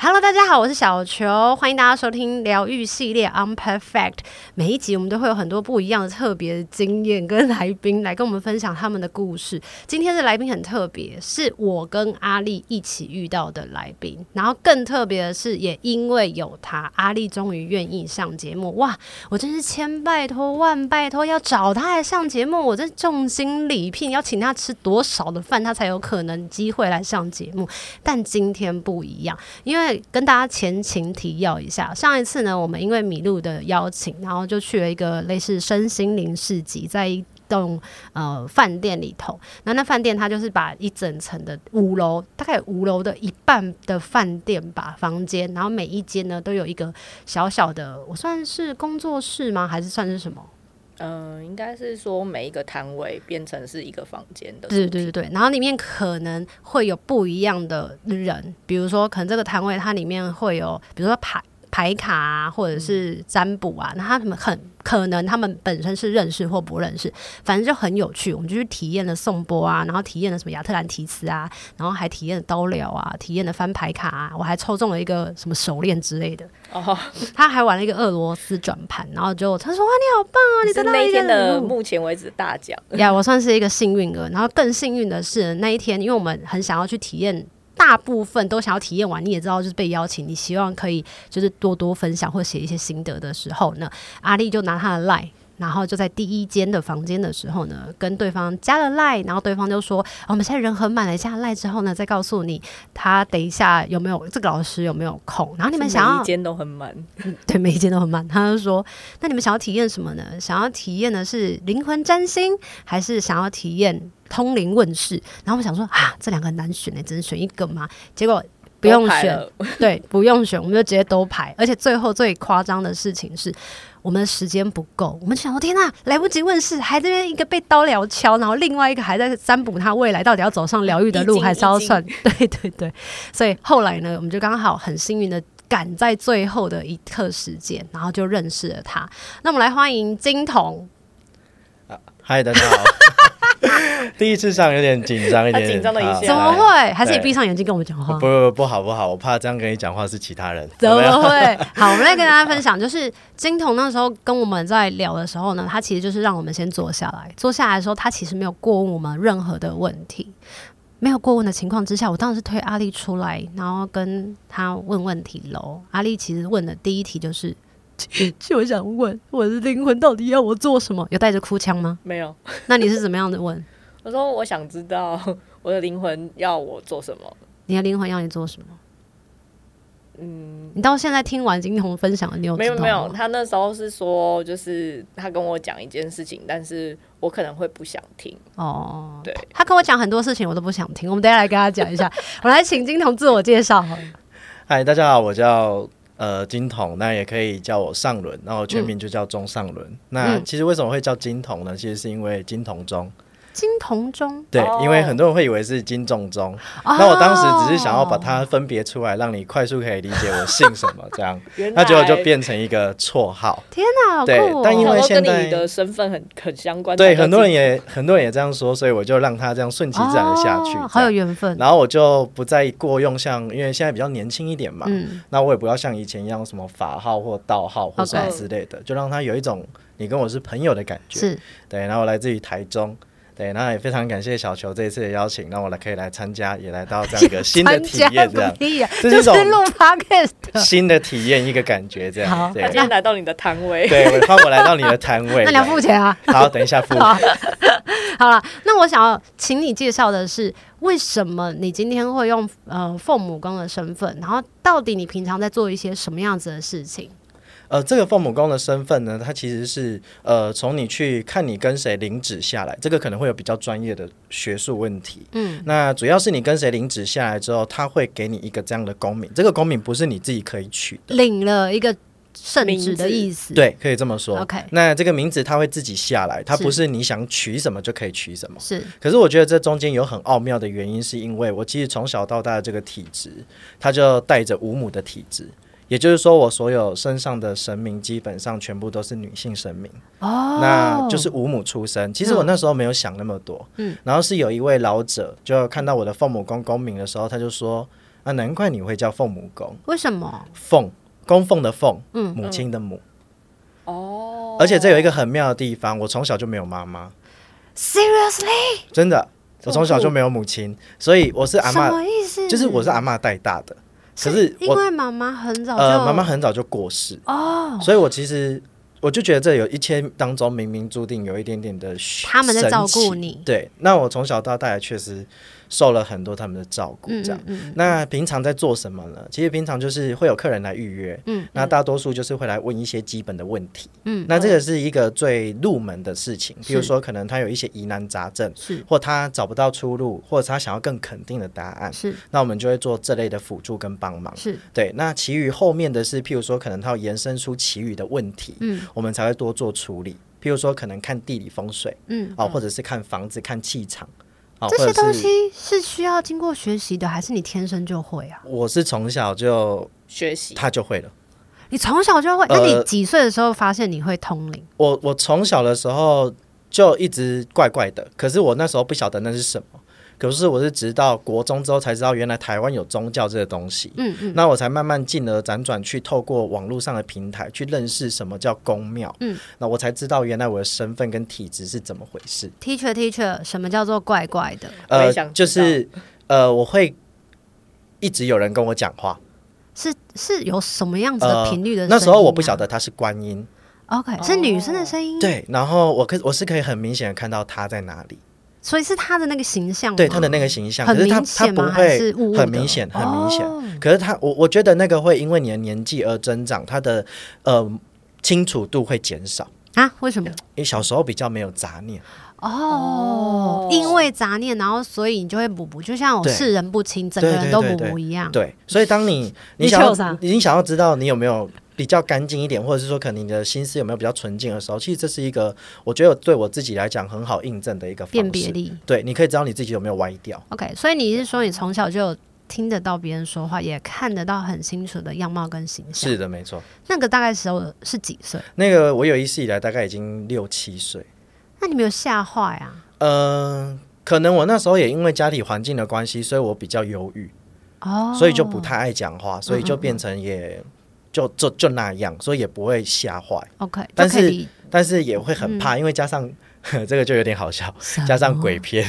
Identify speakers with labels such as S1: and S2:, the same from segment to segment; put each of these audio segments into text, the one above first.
S1: Hello，大家好，我是小球，欢迎大家收听疗愈系列《Unperfect》。每一集我们都会有很多不一样的特别的经验，跟来宾来跟我们分享他们的故事。今天的来宾很特别，是我跟阿丽一起遇到的来宾。然后更特别的是，也因为有他，阿丽终于愿意上节目。哇，我真是千拜托万拜托，要找他来上节目，我真重金礼聘，要请他吃多少的饭，他才有可能机会来上节目。但今天不一样。因为跟大家前情提要一下，上一次呢，我们因为米露的邀请，然后就去了一个类似身心灵市集，在一栋呃饭店里头。那那饭店它就是把一整层的五楼，大概五楼的一半的饭店吧房间，然后每一间呢都有一个小小的，我算是工作室吗？还是算是什么？
S2: 嗯，应该是说每一个摊位变成是一个房间的主
S1: 对
S2: 题，
S1: 对对对，然后里面可能会有不一样的人，比如说可能这个摊位它里面会有，比如说牌牌卡啊，或者是占卜啊，那他们很可能他们本身是认识或不认识，反正就很有趣。我们就去体验了颂钵啊，然后体验了什么亚特兰提斯啊，然后还体验了刀疗啊，体验了翻牌卡啊，我还抽中了一个什么手链之类的。
S2: 哦，
S1: 他还玩了一个俄罗斯转盘，然后就他说哇你好棒哦，你
S2: 是
S1: 得到
S2: 那
S1: 一个
S2: 一天的
S1: 礼物。
S2: 目前为止大奖。
S1: 呀我算是一个幸运儿。然后更幸运的是那一天，因为我们很想要去体验。大部分都想要体验完，你也知道，就是被邀请，你希望可以就是多多分享或写一些心得的时候呢，阿丽就拿她的 line，然后就在第一间的房间的时候呢，跟对方加了 line，然后对方就说、啊我们现在人很满了，加了 line 之后呢，再告诉你他等一下有没有这个老师有没有空，然后你们
S2: 是
S1: 想
S2: 每
S1: 要
S2: 一间都很满，
S1: 对，每一间都很慢。他就说：“那你们想要体验什么呢？想要体验的是灵魂占星，还是想要体验通灵问世？”然后我想说：“啊，这两个很难选呢、只能选一个嘛。”结果不
S2: 都
S1: 用
S2: 排
S1: 选，
S2: 了
S1: 对，不用选，我们就直接都排。而且最后最夸张的事情是，我们的时间不够，我们想说天呐，来不及问世，还这边一个被刀疗敲，然后另外一个还在占卜他未来到底要走上疗愈的
S2: 一
S1: 路，
S2: 惊
S1: 还是要
S2: 一惊
S1: 算？ 对对对，所以后来呢，我们就刚好很幸运的。赶在最后的一刻时间，然后就认识了他。那我们来欢迎金童，
S3: 嗨，大家好。 第一次上有点紧张一点
S2: 他
S3: 点，
S2: 紧张了一下
S3: 啊
S1: 怎么？
S3: 来
S1: 会？还是你
S3: 对
S1: 闭上眼睛跟我们讲话？
S3: 不不不好不好，我怕这样跟你讲话是其他人。
S1: 怎
S3: 有没有
S1: 么会？好，我们来跟大家分享，就是金童那时候跟我们在聊的时候呢，他其实就是让我们先坐下来。坐下来的时候，他其实没有过问我们任何的问题。没有过问的情况之下，我当然是推阿丽出来，然后跟他问问题喽。阿丽其实问的第一题 就是：“是我想问，我的灵魂到底要我做什么？”有带着哭腔吗？
S2: 没有。
S1: 那你是怎么样的问？
S2: 我说我想知道我的灵魂要我做什么，
S1: 你的灵魂要你做什么？嗯，你到现在听完金童分享的，你有
S2: 没有
S1: 知道
S2: 没有。
S1: 吗
S2: 他那时候是说，就是他跟我讲一件事情，但是我可能会不想听。
S1: 哦，
S2: 对，
S1: 他跟我讲很多事情，我都不想听。我们等一下来跟他讲一 下。我来请金童自我介绍好了。
S3: 嗨，大家好，我叫呃金童，那也可以叫我上轮，那我全名就叫钟上轮。
S1: 嗯
S3: 那其实为什么会叫金童呢？其实是因为金童钟，
S1: 哦金童中，
S3: 对，
S2: 哦，
S3: 因为很多人会以为是金钟钟，
S1: 哦
S3: 那我当时只是想要把它分别出来，让你快速可以理解我姓什么这 样
S2: 原来
S3: 那结果就变成一一个绰号。
S1: 天哪，好
S3: 对
S1: 酷、哦！
S3: 但因为
S2: 想说跟
S3: 现在
S2: 你的身份很很相关。
S3: 对，
S2: 才叫
S3: 很多人
S2: 金
S3: 也很多人也这样说，所以我就让他这样顺其自然的下去。
S1: 哦
S3: 这
S1: 好有
S3: 样
S1: 缘分。
S3: 然后我就不再过用像，因为现在比较年轻一点嘛，
S1: 嗯，
S3: 那我也不要像以前一样什么法号或道号或什么之类的，就让他有一种你跟我是朋友的感觉。
S1: 是
S3: 对，然后我来自于台中，对，那也非常感谢小球这一次的邀请，让我来可以来参加，也来到这样一 个新的体
S1: 参
S3: 验，这
S1: 加
S3: 样
S1: 个屁呀，
S3: 这
S1: 就是
S3: 一种
S1: 是录 podcast 的。
S3: 新的体验一个感觉，这
S1: 好
S3: 样
S2: 他
S3: 对
S2: 今。天来到你的摊位，
S3: 对，我怕我来到你的摊位，
S1: 那你要付钱啊！
S3: 这样好，等一下 付。
S1: 好，好了，那我想要请你介绍的是，为什么你今天会用呃父母公的身份，然后到底你平常在做一些什么样子的事情？
S3: 呃，这个父母宫的身份呢，它其实是呃，从你去看你跟谁领旨下来，这个可能会有比较专业的学术问题。
S1: 嗯，
S3: 那主要是你跟谁领旨下来之后，他会给你一个这样的公民，这个公民不是你自己可以取的。
S1: 领了一个圣旨的
S2: 名字
S1: 意思。，
S3: 对，可以这么说。
S1: OK
S3: 那这个名字它会自己下来，它
S1: 是
S3: 不是你想取什么就可以取什么。
S1: 是
S3: 可是我觉得这中间有很奥妙的原因，是因为我其实从小到大的这个体质，它就带着五母的体质，也就是说我所有身上的神明基本上全部都是女性神明，
S1: 哦，
S3: 那就是五母出身。其实我那时候没有想那么多，嗯，然后是有一位老者就看到我的凤母宫功名的时候，他就说啊，难怪你会叫凤母宫，
S1: 为什么？
S3: 凤供奉的凤，嗯，母亲的母。
S2: 哦，
S3: 而且这有一个很妙的地方，我从小就没有妈妈，
S1: Seriously，
S3: 真的，我从小就没有母亲，所以我是阿
S1: 什么
S3: 嬷，
S1: 意思？
S3: 就是我是阿嬷带大的。可是
S1: 嗯因
S3: 我
S1: 为妈妈很早就
S3: 呃，妈妈很早就过世哦，所以我其实我就觉得这有一千当中冥冥注定有一点点的
S1: 他们在照顾
S3: 神奇。
S1: 你，
S3: 对，那我从小到大也确实受了很多他们的照顾，
S1: 嗯
S3: 这样。那平常在做什么呢？其实平常就是会有客人来预约，嗯，那大多数就是会来问一些基本的问题，嗯，那这个是一个最入门的事情，比如说可能他有一些疑难杂症，
S1: 是
S3: 或他找不到出路，或者他想要更肯定的答案，
S1: 是
S3: 那我们就会做这类的辅助跟帮忙。
S1: 是
S3: 对，那其余后面的是，譬如说，可能它有延伸出其余的问题，嗯，我们才会多做处理。譬如说，可能看地理风水，嗯，啊，或者是看房子、看气场，啊，
S1: 这
S3: 或
S1: 些
S3: 者
S1: 东
S3: 是
S1: 西是需要经过学习的，还是你天生就会啊？
S3: 我是从小就
S2: 学习
S3: 他就会了。
S1: 你从小就会？那
S3: 呃
S1: 你几岁的时候发现你会通灵？
S3: 我我从小的时候就一直怪怪的，可是我那时候不晓得那是什么。可是我是直到国中之后才知道，原来台湾有宗教这个东西。嗯嗯，那我才慢慢进而辗转去透过网络上的平台去认识什么叫公庙。嗯，那我才知道原来我的身份跟体质是怎么回事。
S1: Teacher, teacher，什么叫做怪怪的？
S2: 我
S3: 呃
S2: 也想，知道
S3: 就是呃，我会一直有人跟我讲话。
S1: 是是有什么样子的
S3: 呃
S1: 频率的、声嗯
S3: 那时候我不晓
S1: 得。
S3: 得他是观音，
S1: OK，是女生的声音，，
S3: 对，然后我可我是可以很明显的看到他在哪里。
S1: 所以是她的那个形象吗，
S3: 对他的那个形象，
S1: 嗯很
S3: 可是他
S1: 明
S3: 他
S1: 显
S3: 不
S1: 吗还
S3: 会
S1: 是雾雾
S3: 很
S1: 的
S3: 明显，很明显。
S1: 哦
S3: 可是他，我我觉得那个会因为你的年纪而增长，他的呃清楚度会减少。
S1: 啊？为什么？
S3: 因为小时候比较没有杂念，
S1: 哦，因为杂念，然后所以你就会补补，就像我
S3: 对
S1: 视人不清，整个
S3: 对
S1: 人
S3: 对
S1: 都
S3: 对
S1: 补
S3: 对
S1: 补一样。
S3: 对，所以当你
S1: 你
S3: 你想要
S1: 笑啥
S3: 你想要知道你有没有比较干净一点，或者是说可能你的心思有没有比较纯净的时候，其实这是一个我觉得对我自己来讲很好印证的一个
S1: 辨
S3: 方
S1: 别
S3: 式。
S1: 力。
S3: 对，你可以知道你自己有没有歪掉。
S1: OK，所以你是说你从小就有听得到别人说话，也看得到很清楚的样貌跟形象？
S3: 是的，没错。
S1: 那个大概时候是几岁？
S3: 那个我有意识以来大概已经六七岁。
S1: 那你没有吓坏啊？
S3: 嗯，可能我那时候也因为家里环境的关系，所以我比较忧郁，
S1: 哦，嗯
S3: 所以就不太爱讲话，所以就变成也就就就那样，所以也不会吓坏，
S1: OK，就
S3: 但
S1: 哦可以
S3: 是
S1: 理
S3: 但是也会很
S1: 嗯
S3: 怕，因为加上 这个就有点好笑，
S1: 什
S3: 加上
S1: 么
S3: 鬼片，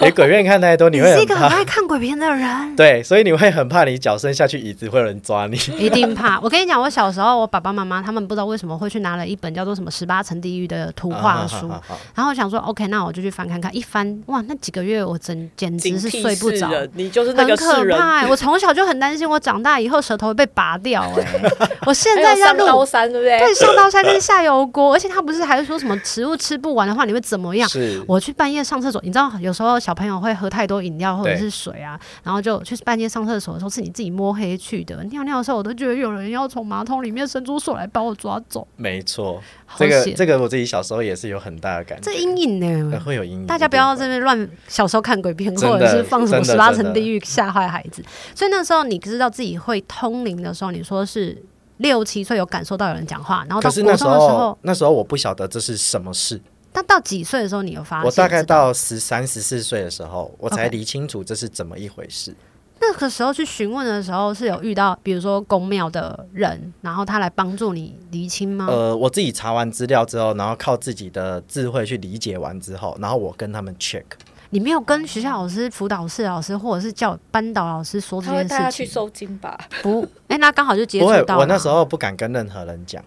S3: 你鬼片看太多，
S1: 哦你
S3: 会
S1: 是一
S3: 很
S1: 个很
S3: 怕。
S1: 爱看鬼片的 人。
S3: 对，所以你会很怕你脚伸下去椅子会有人抓你。
S1: 一定怕。我跟你讲，我小时候，我爸爸妈妈他们不知道为什么会去拿了一本叫做什么《十八层地狱》的图画书，
S3: 啊好好好
S1: 然后我想说，OK，那我就去翻看看。一翻，哇，那几个月我真简
S2: 警
S1: 直是
S2: 惕
S1: 睡不
S2: 世
S1: 着。
S2: 人，你就是那
S1: 很
S2: 个
S1: 可
S2: 世人。
S1: 怕、欸，我从小就很担心，我长大以后舌头会被拔掉、欸。 我现
S2: 还
S1: 在
S2: 有
S1: 在
S2: 上高
S1: 录，
S2: 山，对不对？
S1: 对，上刀山跟下油锅，而且他不是还说什么食物吃不完的话，你会怎么样？
S3: 是
S1: 我去半夜上厕所，你知道有时候小朋友会喝太多饮料或者
S3: 对
S1: 是水啊，然后就去半夜上厕所的时候是你自己摸黑去的。尿尿的时候，我都觉得有人要从马桶里面伸出手来把我抓走，
S3: 没错，
S1: 好
S3: 这
S1: 险！
S3: 个这个我自己小时候也是有很大的感觉
S1: 这，阴影呢、
S3: 呃会有阴影。
S1: 大家不要这边乱小时候看鬼片，
S3: 真
S1: 或
S3: 的
S1: 者是放什么
S3: 真的
S1: 十八层地狱吓坏孩子。所以那时候你知道自己会通灵的时候，你说是六七岁有感受到有人讲话，然后到
S3: 可
S1: 国
S3: 是
S1: 中
S3: 那
S1: 的
S3: 时
S1: 时
S3: 候
S1: 候，，
S3: 那时候我不晓得这是什么事，
S1: 但到几岁的时候你有发现？
S3: 我大概
S1: 知道
S3: 到十三、十四岁的时候，我才
S1: OK
S3: 理清楚这是怎么一回事。
S1: 那个时候去询问的时候，是有遇到比如说公庙的人，然后他来帮助你厘清吗？
S3: 呃，我自己查完资料之后，然后靠自己的智慧去理解完之后，然后我跟他们 check，
S1: 你没有跟学校老师、辅导室老师或者是教班导老师说这
S2: 他会
S1: 件
S2: 带他
S1: 事
S2: 去
S1: 情？
S2: 收金 吧？
S1: 不，哎、那刚好就接
S3: 不
S1: 触
S3: 会，
S1: 到了。
S3: 我那时候不敢跟任何人讲，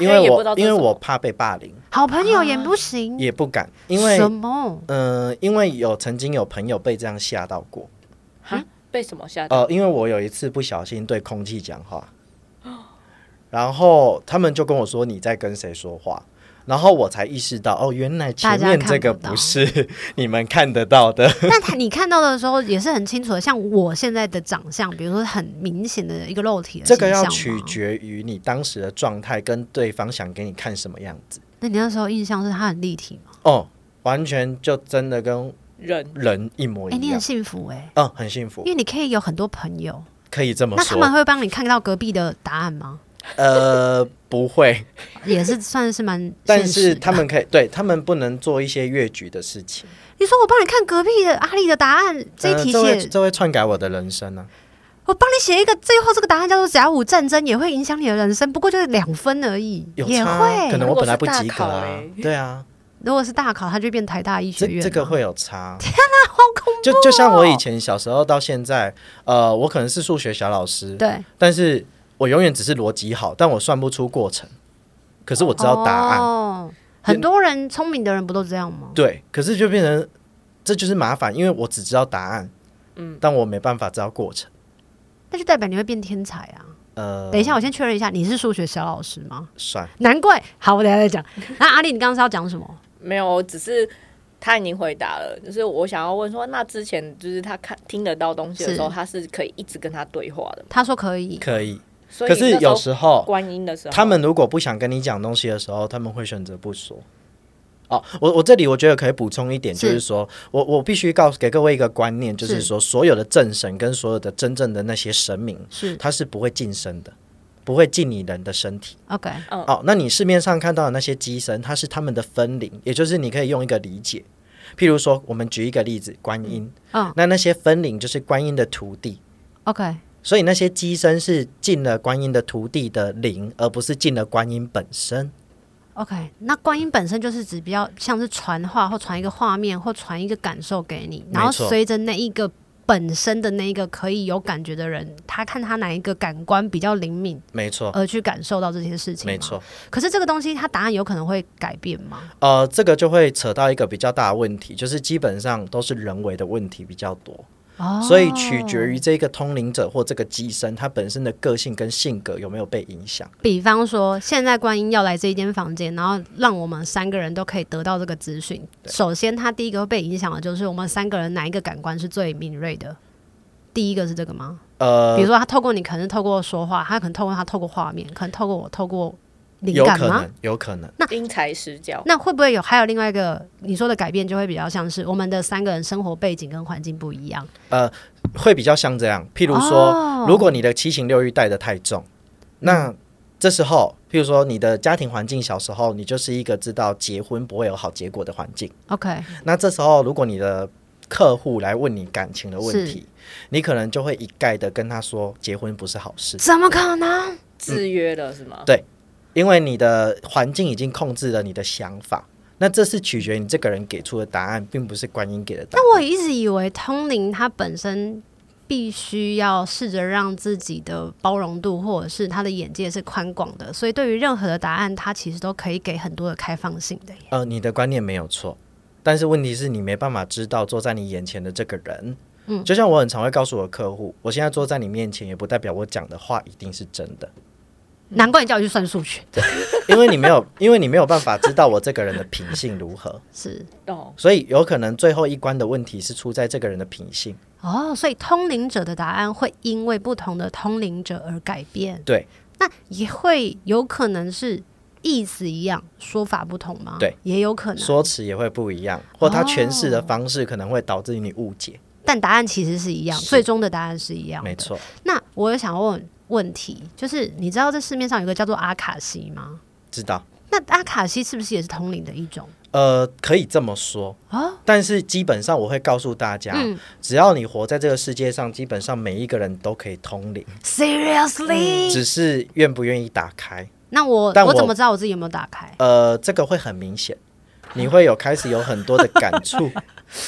S3: 因
S2: 因为
S3: 为
S2: 也不知道
S3: 我
S2: 这
S3: 因
S2: 是
S3: 为
S2: 什么
S3: 我怕被霸凌，
S1: 好朋友也不行，
S3: 也不敢，因为
S1: 什么？
S3: 嗯、呃因为有曾经有朋友被这样吓到过，
S2: 哈，被什么吓到？
S3: 呃，因为我有一次不小心对空气讲话，然后他们就跟我说你在跟谁说话，然后我才意识到，哦，原来前
S1: 大家
S3: 面
S1: 看
S3: 这个
S1: 不到
S3: 不是 你们看得 到的。
S1: 但他你看到的时候也是很清楚的，像我现在的长相，比如说很明显的一个肉体的
S3: 这个
S1: 形
S3: 要
S1: 象
S3: 取
S1: 吗。
S3: 决于你当时的状态跟对方想给你看什么样子。
S1: 那你那时候印象是他很立体吗？
S3: 哦，完全就真的跟
S2: 人
S3: 人一模
S1: 哎、
S3: 一
S1: 你
S3: 样
S1: 很。幸福哎、
S3: 嗯，很幸福
S1: 因，为你可以有很多朋友，
S3: 可以这么
S1: 那他们
S3: 说。
S1: 会帮你看到隔壁的答案吗？
S3: 呃，不会，
S1: 也是算是蛮现实的，
S3: 但是他们可以，对他们不能做一些越矩的事情。
S1: 你说我帮你看隔壁的阿丽的答案，这一
S3: 呃
S1: 题
S3: 这
S1: 写、
S3: 会这会篡改我的人生啊呢、
S1: 我帮你写一个，最后这个答案叫做“甲午战争”，也会影响你的人生，不过就是两分而已，
S3: 有
S1: 也
S3: 差啊
S1: 会。
S3: 可能我本来不及
S2: 如果是
S3: 格
S2: 大考
S3: 啊
S2: 欸，
S3: 对啊，
S1: 如果是大考，他就变台大医学
S3: 这
S1: 院了。
S3: 这个会有差。啊
S1: 好恐怖哦
S3: 就就像我以前小时候到现在，呃，我可能是数学小老师，
S1: 对，
S3: 但是我永远只是逻辑好，但我算不出过程。可是我知道答案，
S1: 哦、很多人聪明的人不都这样吗？
S3: 对，可是就变成这就是麻烦，因为我只知道答案，嗯，但我没办法知道过程。
S1: 那就代表你会变天才啊！
S3: 呃，
S1: 等一下，我先确认一下，你是数学小老师吗？
S3: 算
S1: 难怪。好，我等一下再讲。那阿丽，你刚刚是要讲什么？
S2: 没有，只是他已经回答了。就是我想要问说，那之前就是他看听得到东西的时候，
S1: 是
S2: 他是可以一直跟他对话的嘛，
S1: 他说可以，
S3: 可以，
S2: 所以
S3: 可是有
S2: 候
S3: 时候
S2: 观音的时候，
S3: 他们如果不想跟你讲东西的时候，他们会选择不说。哦，我我这里我觉得可以补充一点，
S1: 是
S3: 就是说我我必须告诉给各位一个观念，就是
S1: 是
S3: 说所有的正神跟所有的真正的那些神明，
S1: 是
S3: 它是不会近身的，不会近你人的身体。
S1: OK，
S2: 嗯
S3: 哦，那你市面上看到的那些机身，它是他们的分灵，也就是你可以用一个理解，譬如说，我们举一个例子，观音，
S1: 嗯
S3: 那那些分灵就是观音的徒弟，
S1: ，OK，
S3: 所以那些机身是进了观音的徒弟的灵，而不是进了观音本身。
S1: OK，那观音本身就是指比较像是传话或传一个画面或传一个感受给你，然后
S3: 没错
S1: 随着那一个本身的那一个可以有感觉的人，他看他哪一个感官比较灵敏，
S3: 没错，
S1: 而去感受到这些事情。
S3: 哦没错。。
S1: 可是这个东西，它答案有可能会改变吗？
S3: 呃，这个就会扯到一个比较大的问题，就是基本上都是人为的问题比较多，
S1: 哦，
S3: 所以取决于这个通灵者或这个机身他本身的个性跟性格有没有被影响。
S1: 哦比方说，现在观音要来这一间房间，然后让我们三个人都可以得到这个资讯。首先，他第一个会被影响的就是我们三个人哪一个感官是最敏锐的。第一个是这个吗？
S3: 呃
S1: 比如，说，他透过你，可能是透过说话，他可能透过他透过画面，可能透过我透过灵
S3: 有
S1: 感
S3: 可
S1: 吗
S3: 能？，有可能。
S2: 因材施教，
S3: 嗯
S1: 那会不会有还有另外一个你说的改变，就会比较像是我们的三个人生活背景跟环境不一样？
S3: 会比较像这样。譬如说，
S1: 哦
S3: 如果你的七情六欲带的太重，那
S1: 嗯
S3: 这时候，譬如说你的家庭环境，小时候你就是一个知道结婚不会有好结果的环境。
S1: OK，
S3: 那这时候，如果你的客户来问你感情的问题，你可能就会一概的跟他说，结婚不是好事，
S1: 怎么可能？
S2: 制约了是吗？
S3: 对因为你的环境已经控制了你的想法。那这是取决于你这个人给出的答案，并不是观音给的答
S1: 但
S3: 案。
S1: 我一直以为通灵它本身必须要试着让自己的包容度或者是他的眼界是宽广的，所以对于任何的答案，它其实都可以给很多的开放性的耶。
S3: 呃，你的观念没有错，但是问题是你没办法知道坐在你眼前的这个人。嗯，就像我很常会告诉我的客户，我现在坐在你面前，也不代表我讲的话一定是真的，嗯
S1: 难怪你叫我去算数学，
S3: 因为你没有，因为你没有办法知道我这个人的品性如何，
S1: 是
S2: 哦，
S3: 所以有可能最后一关的问题是出在这个人的品性。
S1: 哦，所以通灵者的答案会因为不同的通灵者而改变。
S3: 对，
S1: 那也会有可能是意思一样，说法不同吗？
S3: 对，
S1: 也有可能。
S3: 说辞也会不一样，或他诠释的方式可能会导致你误解。
S1: 但答案其实是一样，
S3: 是
S1: 最终的答案是一样的。
S3: 没错，
S1: 那我有想要问问题，就是你知道这市面上有个叫做阿卡西吗？
S3: 知道。
S1: 那阿卡西是不是也是通灵的一种？
S3: 呃，可以这么说
S1: 哦
S3: 但是基本上我会告诉大家，只要你活在这个世界上，基本上每一个人都可以通灵，
S1: Seriously？、
S3: 只是愿不愿意打开。
S1: 那我
S3: 嗯但
S1: 我怎
S3: 我
S1: 么知道我自己有没有打开？
S3: 呃，这个会很明显，你会有开始有很多的感触。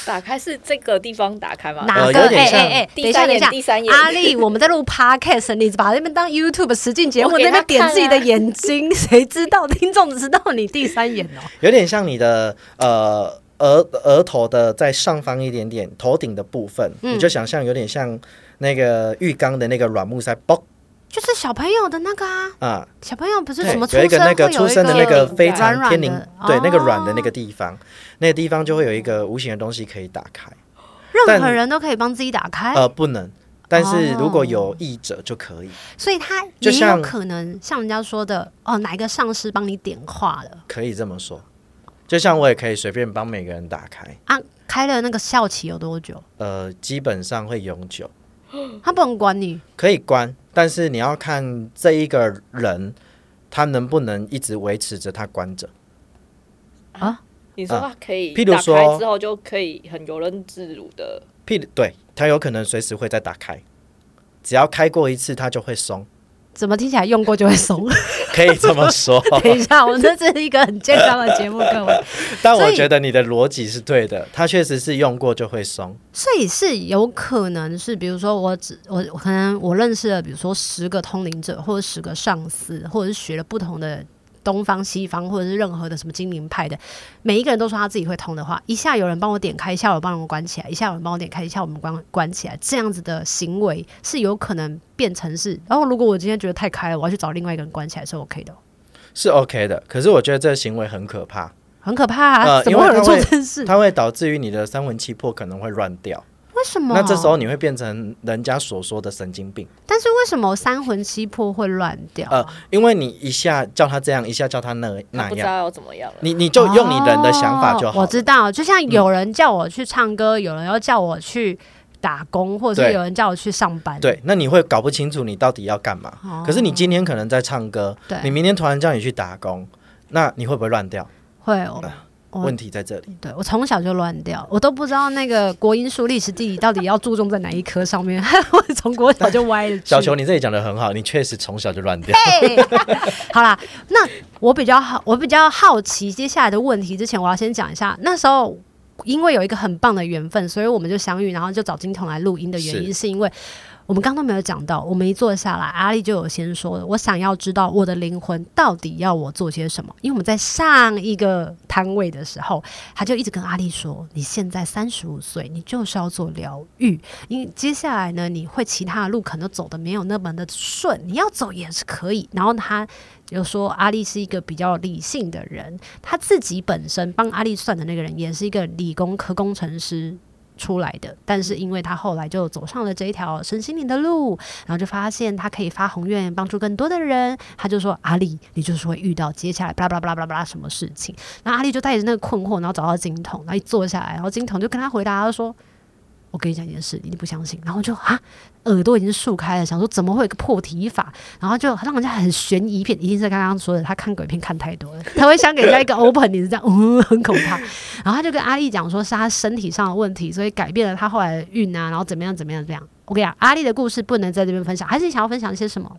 S2: 打开是这个地方打开吗？
S1: 哪
S3: 呃
S1: 个？
S3: 有点
S1: 哎
S3: 像
S1: 哎哎，等一
S2: 第
S1: 下，
S2: 三
S1: 等一
S2: 眼
S1: 下，
S2: 第三眼
S1: 阿 丽，我们在录 podcast，你把那边当 YouTube 实境节目，
S2: 我给
S1: 在那
S2: 他
S1: 边点
S2: 看啊
S1: 自己的眼睛， 谁知道听众知道你第三眼哦？
S3: 有点像你的呃额额头的在上方一点
S1: 嗯
S3: 点头顶的部分，你就想象有点像那个浴缸的那个软木塞，啵
S1: 就是小朋友的那个啊，
S3: 啊、
S1: 小朋友不是
S3: 对，
S1: 怎么
S3: 有一个那
S1: 个
S3: 个出生的那
S2: 个
S3: 非常
S1: 软
S3: 天灵
S1: 软的，
S3: 对那个
S1: 哦
S3: 软的那个地方，那个地方就会有一个无形的东西可以打开，
S1: 任
S3: 但
S1: 何人都可以帮自己打开，
S3: 呃，不能，但是如
S1: 哦
S3: 果有意者就可以，
S1: 所以他
S3: 就
S1: 也有
S3: 像
S1: 可能像人家说的哦，哪一个上司帮你点化了
S3: 可以这么说。就像我也可以随便帮每个人打开，
S1: 啊？开了那个校期有多久？
S3: 呃，基本上会永久，
S1: 他不能管你
S3: 可以关，但是你要看这一个人他能不能一直维持着他关着。
S2: 你说
S3: 啊
S2: 它可以
S3: 譬如
S2: 打开
S3: 说
S2: 之后就可以很游刃自如的，
S3: 譬如对，它有可能随时会再打开，只要开过一次，它就会松，
S1: 怎么听起来用过就会 松？
S3: 可以这么 说。
S1: 等一下，我们这是一个很健康的节目，各位，
S3: 但
S1: 所
S3: 我
S1: 以
S3: 觉得你的逻辑是对的，它确实是用过就会松。
S1: 所以是有可能是，比如说我只我我可能我认识了，比如说十个通灵者，或者十个上司，或者是学了不同的。东方、西方，或者是任何的什么精灵派的，每一个人都说他自己会通的话，一下有人帮我点开，一下有人帮我关起来，一下有人帮我点开，一下我们关关起来，这样子的行为是有可能变成是，然、后如果我今天觉得太开了，我要去找另外一个人关起来是 OK 的哦，
S3: 是 OK 的，可是我觉得这个行为很可怕，
S1: 很可怕、啊，
S3: 呃
S1: 怎么会有人
S3: 因为他
S1: 做
S3: 会
S1: 这件事？
S3: 它会导致于你的三魂七魄可能会乱掉。
S1: 为什么？
S3: 那这时候，你会变成人家所说的神经病，
S1: 但是为什么三魂七魄会乱掉啊？
S3: 因为你一下叫他这样，一下叫他那
S2: 它
S3: 那
S2: 不知
S3: 样，
S2: 道要怎么样了。
S3: 你你就用你人的想法就
S1: 哦
S3: 好
S1: 我
S3: 了。
S1: 知道，就像有人叫我去唱歌，有人要叫我去打工，或者是
S3: 对
S1: 有人叫我去上班。
S3: 对，那你会搞不清楚你到底要干嘛。
S1: 哦
S3: 可是你今天可能在唱歌，
S1: 对
S3: 你明天突然叫你去打工，那你会不会乱掉？
S1: 会我
S3: 呃
S1: 我
S3: 问题在这里。
S1: 对我从小就乱掉，我都不知道那个国英数、历史、地理到底要注重在哪一科上面， 我从国小就歪了去。
S3: 小球，你这里讲的很好，你确实从小就乱 掉。
S1: 嘿， 好啦，那我比较好，我比较好奇接下来的问题之前，我要先讲一下那时候。因为有一个很棒的缘分，所以我们就相遇，然后就找金童来录音的原因，
S3: 是
S1: 是因为我们刚刚都没有讲到，我们一坐下来，阿丽就有先说了，我想要知道我的灵魂到底要我做些什么。因为我们在上一个摊位的时候，他就一直跟阿丽说，你现在三十五岁，你就是要做疗愈，因为接下来呢，你会其他的路可能走的没有那么的顺，你要走也是可以。然后他有说阿丽是一个比较理性的人，他自己本身帮阿丽算的那个人也是一个理工科工程师。出来的，但是因为他后来就走上了这一条身心灵的路，然后就发现他可以发宏愿，帮助更多的人。他就说：“阿丽，你就是会遇到接下来巴拉巴拉巴拉巴拉巴拉什么事情。”然后阿丽就带着那个困惑，然后找到金童，然后一坐下来，然后金童就跟他回答，他说：“我跟你讲一件事，你一定不相信。然后就啊，耳朵已经竖开了，想说怎么会有一个破题法，然后就让人家很悬疑片，一定是刚刚说的，他看鬼片看太多了，他会想给人家一个 open，你是这样，嗯， 很恐怕。然后他就跟阿丽讲说，是他身体上的问题，所以改变了他后来的运啊，然后怎么样怎么样怎么样。我跟你讲，阿丽的故事不能在这边分享，还是你想要分享一些什么？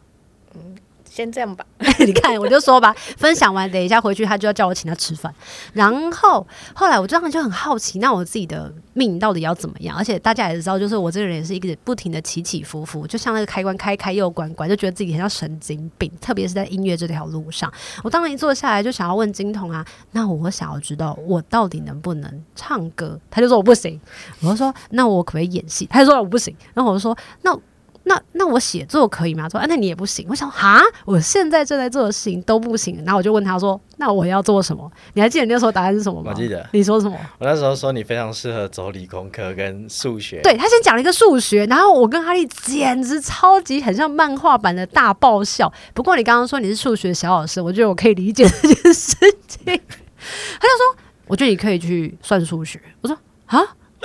S2: 先这样吧，
S1: 你看，我就说吧，分享完，等一下回去他就要叫我请他吃饭。然后后来我当然就很好奇，那我自己的命到底要怎么样？而且大家也知道，就是我这个人也是一个不停的起起伏伏，就像那个开关开开又关关，就觉得自己很像神经病。特别是在音乐这条路上，我当然一坐下来就想要问金童啊，那我想要知道我到底能不能唱歌？他就说我不行，我就说那我可不可以演戏？他就说我不行，然后我就说那那那我写作可以吗？他说啊，那你也不行。我想哈，我现在正在做的事情都不行。然后我就问他说，那我要做什么？你还记得你那时候答案是什么吗？
S3: 我记得
S1: 你说什么？
S3: 我那时候说你非常适合走理工科跟数学，
S1: 对他先讲了一个数学，然后我跟哈利简直超级很像漫画版的大爆笑。不过你刚刚说你是数学小老师，我觉得我可以理解这件事情。他就说，我觉得你可以去算数学。我说啊，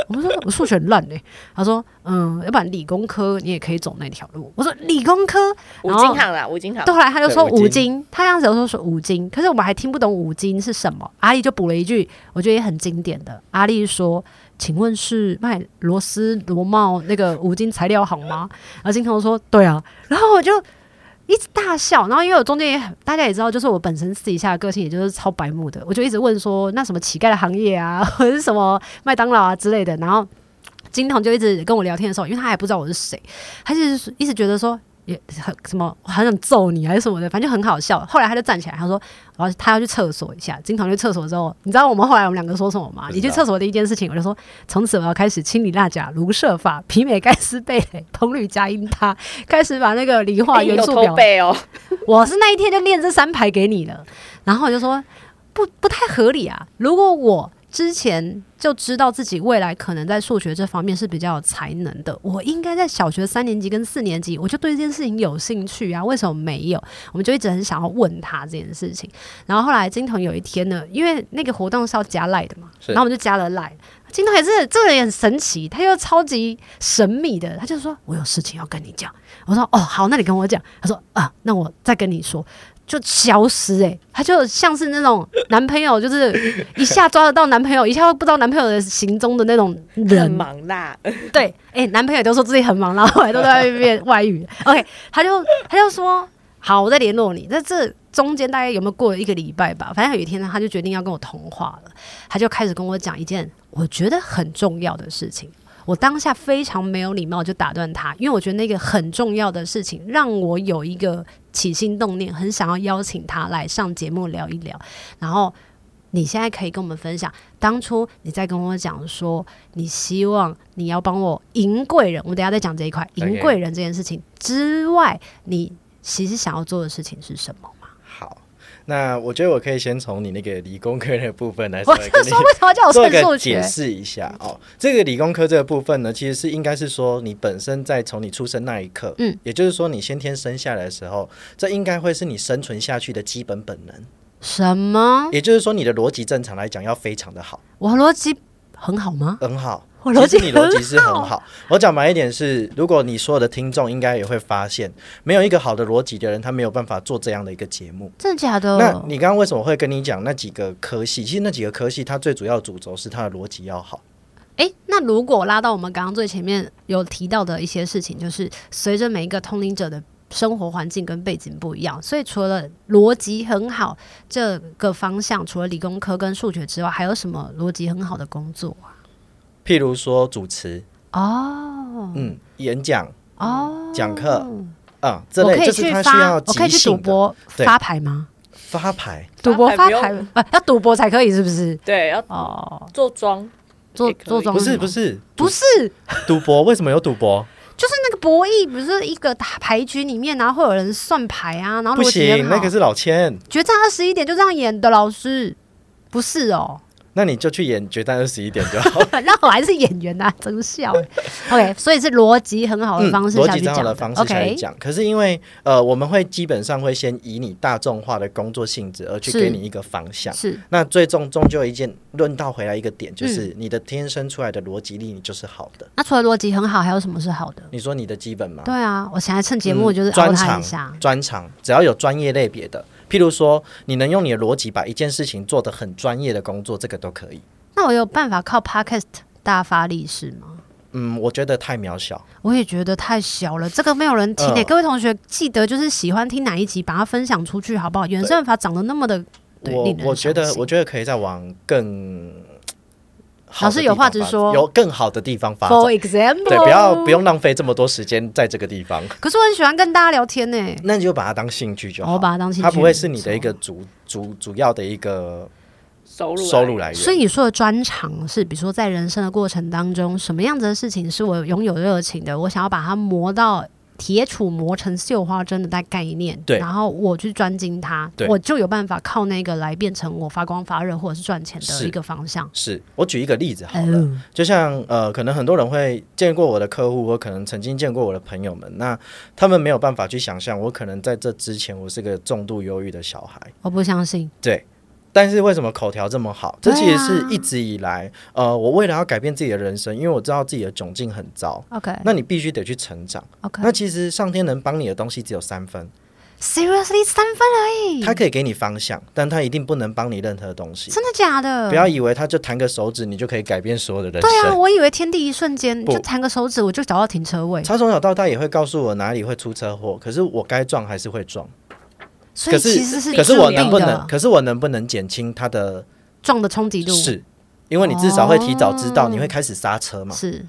S1: 我说我数学很烂嘞、他说嗯，要不然理工科你也可以走那条路。我说嗯理工科，
S2: 五
S1: 然后
S2: 金行啦，五金行
S1: 哦对，后来他就说
S3: 对
S1: 五
S3: 五
S1: 金，他当时有说说五金，可是我们还听不懂五金是什么。阿丽就补了一句，我觉得也很经典的，阿丽说：“请问是卖螺丝螺帽那个五金材料行吗？”然后金童说：“对啊。”然后我就。一直大笑，然后因为我中间也很大家也知道，就是我本身私底下的个性，也就是超白目的，我就一直问说那什么乞丐的行业啊，或者是什么麦当劳啊之类的，然后金童就一直跟我聊天的时候，因为他还不知道我是谁，他就是一直觉得说也很什么，很想揍你还是什么的，反正就很好笑。后来他就哎站起来，他说：“我要他要去厕所一下。”金童去厕所之后，你知道我们后来我们两个说什么吗？
S3: 不知
S1: 你
S3: 道
S1: 去厕所的一件事情，我就说：“从此我要开始清理蜡甲、如设法、皮美盖斯贝蕾、铜铝加音他，开始把那个理化
S2: 哎你
S1: 啊元
S2: 有
S1: 素
S2: 偷
S1: 表。
S2: 背哦，
S1: 我是那一天就练这三排给你了，然后我就说不不太合理啊。如果我之前就知道自己未来可能在数学这方面是比较有才能的，我应该在小学三年级跟四年级我就对这件事情有兴趣啊，为什么没有？我们就一直很想要问他这件事情。然后后来金童有一天呢，因为那个活动是要加赖的嘛，
S3: 是
S1: 然后我们就加了赖。金童也是这个人也很神奇，他又超级神秘的，他就说：“我有事情要跟你讲。”我说：“哦，好，那你跟我讲。”他说：“啊，那我再跟你说。”就消失哎、欸，他就像是那种男朋友，就是一下抓得到男朋友，一下又不知道男朋友的行踪的那种
S2: 很
S1: 人。
S2: 忙啦。
S1: 对，哎、男朋友都说自己很忙，然后后来都在外面外遇。OK，他 就他就说好，我再联络你。在这中间大概有没有过了一个礼拜吧？反正有一天呢，他就决定要跟我通话了，他就开始跟我讲一件我觉得很重要的事情。我当下非常没有礼貌，就打断他，因为我觉得那个很重要的事情让我有一个起心动念，很想要邀请他来上节目聊一聊。然后你现在可以跟我们分享，当初你在跟我讲说你希望你要帮我赢贵人，我们等一下再讲这一块
S3: OK
S1: 赢贵人这件事情之外，你其实想要做的事情是什么吗？
S3: 好，那我觉得我可以先从你那个理工科的部分来稍
S1: 我
S3: 微
S1: 就
S3: 跟 你
S1: 说为什么要叫我
S3: 做
S1: 算数
S3: 个
S1: 学
S3: 解？释一下哦。这个理工科这个部分呢，其实是应该是说你本身在从你出生那一刻，
S1: 嗯，
S3: 也就是说你先天生下来的时候，这应该会是你生存下去的基本本能。
S1: 什么？
S3: 也就是说，你的逻辑正常来讲要非常的好，
S1: 我逻辑很好吗？
S3: 很好。
S1: 我逻辑
S3: 其实你逻辑是很
S1: 很
S3: 好。我讲白一点是，如果你所有的听众应该也会发现，没有一个好的逻辑的人，他没有办法做这样的一个节目。
S1: 真的假
S3: 那
S1: 的？
S3: 你刚刚为什么会跟你讲那几个科系？其实那几个科系，它最主要的主轴是它的逻辑要好。
S1: 诶，那如果拉到我们刚刚最前面有提到的一些事情，就是随着每一个通灵者的生活环境跟背景不一样，所以除了逻辑很好这个方向，除了理工科跟数学之外，还有什么逻辑很好的工作啊？
S3: 譬如说主持，
S1: 哦
S3: 嗯，演讲、
S1: 哦，
S3: 讲课，嗯，这
S1: 我
S3: 类
S1: 可以
S3: 就是
S1: 去
S3: 它需
S1: 发，
S3: 要
S1: 我可
S3: 即
S1: 以去赌
S3: 兴的
S1: 博
S3: 对
S1: 发牌吗？
S3: 发牌。
S1: 赌博发
S2: 发牌
S1: 牌
S2: 不用
S1: 呃要赌博才可以，是不是？
S2: 对，要
S1: 哦，
S2: 做妆，
S1: 做
S2: 也可以
S1: 做庄
S3: 不是
S1: 什么
S3: 不是
S1: 不是，
S3: 赌博，为什么有赌博？
S1: 就是那个博弈，不是一个打牌局里面，然后会有人算牌啊，然后
S3: 不
S1: 逻辑
S3: 行，
S1: 很好
S3: 那个是老千，
S1: 决战二十一点就这样演的，老师不是哦，
S3: 那你就去演《决战二十一点》就 好。
S1: 那我还是演员呐，真笑 欸。OK，所以是逻辑很好的哦方式
S3: 嗯逻
S1: 下
S3: 辑
S1: 去
S3: 上
S1: 讲
S3: 的
S1: 的
S3: 方式下去
S1: OK，
S3: 讲。可是因为呃，我们会基本上会先以你大众化的工作性质而去
S1: 是
S3: 给你一个方向。
S1: 是
S3: 那最终终究一件论到回来一个点，
S1: 嗯
S3: 就是你的天生出来的逻辑力，你就是好的。
S1: 那除了逻辑很好，还有什么是好的？
S3: 你说你的基本吗？
S1: 对啊，我现在趁节目就是
S3: 嗯
S1: 凹
S3: 专
S1: 他
S3: 长
S1: 一下，
S3: 专长，只要有专业类别的，譬如说你能用你的逻辑把一件事情做得很专业的工作，这个都可以。
S1: 那我有办法靠 podcast 大发力是吗？
S3: 嗯，我觉得太渺小。
S1: 我也觉得太小了，这个没有人听诶、欸
S3: 嗯
S1: 各位同学，记得就是喜欢听哪一集，把它分享出去，好不好？原生法长得那么的，对
S3: 我
S1: 令人
S3: 我觉得
S1: 伤，心
S3: 我觉得可以再往更好
S1: 老
S3: 的
S1: 师
S3: 地
S1: 有话
S3: 方
S1: 直
S3: 发展
S1: 说
S3: 有更好的地方发展。
S1: For example，
S3: 对，不要不。用浪费这么多时间在这个地方，
S1: 可是我很喜欢跟大家聊天呢、欸
S3: 那你就把它当兴趣就好。
S1: 我把它当兴趣
S3: 它不会是你的一个主主主要的一个
S2: 收入
S3: 收入
S2: 来
S3: 来源。
S1: 所以你说的专长是，比如说在人生的过程当中，什么样子的事情是我拥有热情的，我想要把它磨到铁杵磨成绣花针的大概念，
S3: 对
S1: 然后我去专精它
S3: 对，
S1: 我就有办法靠那个来变成我发光发热或者是赚钱的
S3: 是
S1: 一个方向。
S3: 是我举一个例子好了，
S1: 哦，
S3: 就像呃，可能很多人会见过我的客户，我可能曾经见过我的朋友们，那他们没有办法去想象，我可能在这之前我是个重度忧郁的小孩。
S1: 我不相信，
S3: 对。但是为什么口条这么好？这
S1: 对啊
S3: 其实是一直以来，呃，我为了要改变自己的人生，因为我知道自己的窘境很糟，
S1: OK
S3: 那你必须得去成长。那
S1: OK，
S3: 其实上天能帮你的东西只有三分，
S1: Seriously 三分而已，
S3: 它可以给你方向，但它一定不能帮你任何东西。
S1: 嗯真的假的？
S3: 不要以为他就弹个手指，你就可以改变所有的人
S1: 对啊，
S3: 生。
S1: 我以为天地一瞬间，
S3: 不
S1: 就弹个手指我就找到停车位，
S3: 他从小到大也会告诉我哪里会出车祸，可是我该撞还是会撞。
S1: 所以
S3: 可
S1: 其实
S3: 可是
S1: 注
S3: 我
S1: 定
S3: 能不能？
S1: 的
S3: 可是我能不能减轻他的
S1: 撞的冲击度哦
S3: 是？因为你至少会提早知道，你会开始刹车嘛。
S1: 是。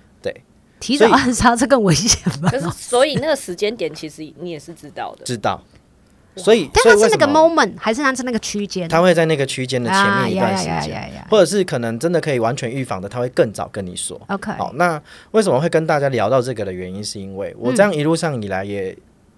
S1: 提早
S3: 所以
S1: 暗杀这更危险吧？
S2: 可是 所以那个时间点其实你也是知道的，
S3: 知道。所以，
S1: 但
S3: 所
S1: 它
S3: 以为
S1: 是那个
S3: 什么
S1: moment，还是它是那个区间？
S3: 他会在那个区间的前面一段时
S1: 啊呀呀
S3: 间，
S1: 呀呀呀
S3: 或者是可能真的可以完全预防的，他会更早跟你说。
S1: OK，
S3: 好，那为什么会跟大家聊到这个的原因，是因
S1: 嗯
S3: 为我这样一路上以来也，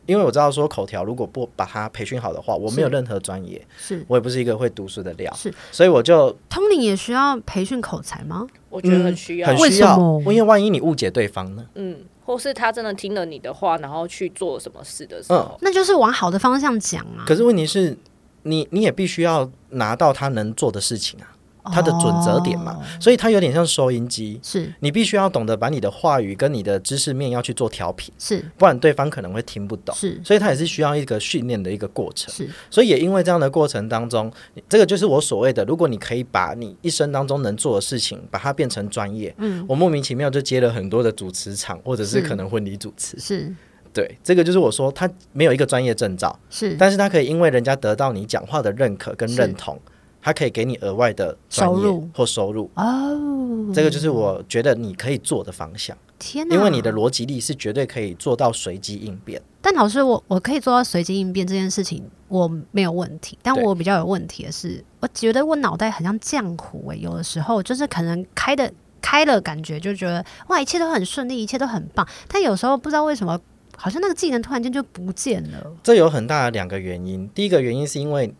S3: 因为我知道说口条如果不把它培训好的话，我没有任何专业，
S1: 是
S3: 我也不是一个会读书的料，
S1: 是，
S3: 所以我就
S1: Tony 也需要培训口才吗？
S2: 我觉得很需要
S3: 嗯很。
S1: 为
S3: 需
S1: 什
S3: 要
S1: 么，
S3: 因为万一你误解对方呢？
S2: 嗯，或是他真的听了你的话，然后去做什么事的时
S3: 嗯
S2: 候，
S1: 那就是往好的方向讲啊。
S3: 可是问题是，你你也必须要拿到他能做的事情啊，他的准则点
S1: 哦
S3: 嘛，所以他有点像收音机，
S1: 是
S3: 你必须要懂得把你的话语跟你的知识面要去做调频，
S1: 是
S3: 不然对方可能会听不懂。
S1: 是
S3: 所以他也是需要一个训练的一个过程。
S1: 是，
S3: 所以也因为这样的过程当中，这个就是我所谓的，如果你可以把你一生当中能做的事情，把它变成专业，嗯，我莫名其妙就接了很多的主持场，或者
S1: 是
S3: 是可能婚礼主持，
S1: 是
S3: 对，这个就是我说他没有一个专业证照，
S1: 是
S3: 但是他可以因为人家得到你讲话的认可跟认同，他可以给你额外的专
S1: 收入
S3: 业或收入哦，这个就是我觉得你可以做的方向，
S1: 天哪！
S3: 因为你的逻辑力是绝对可以做到随机应变。
S1: 但老师，我我可以做到随机应变这件事情，我没有问题。但
S3: 对
S1: 我比较有问题的是，我觉得我脑袋很像浆糊诶、欸有的时候就是可能开的开了，感觉就觉得哇，一切都很顺利，一切都很棒。但有时候不知道为什么，好像那个技能突然间就不见了。
S3: 这有很大的两个原因，第一个原因是因为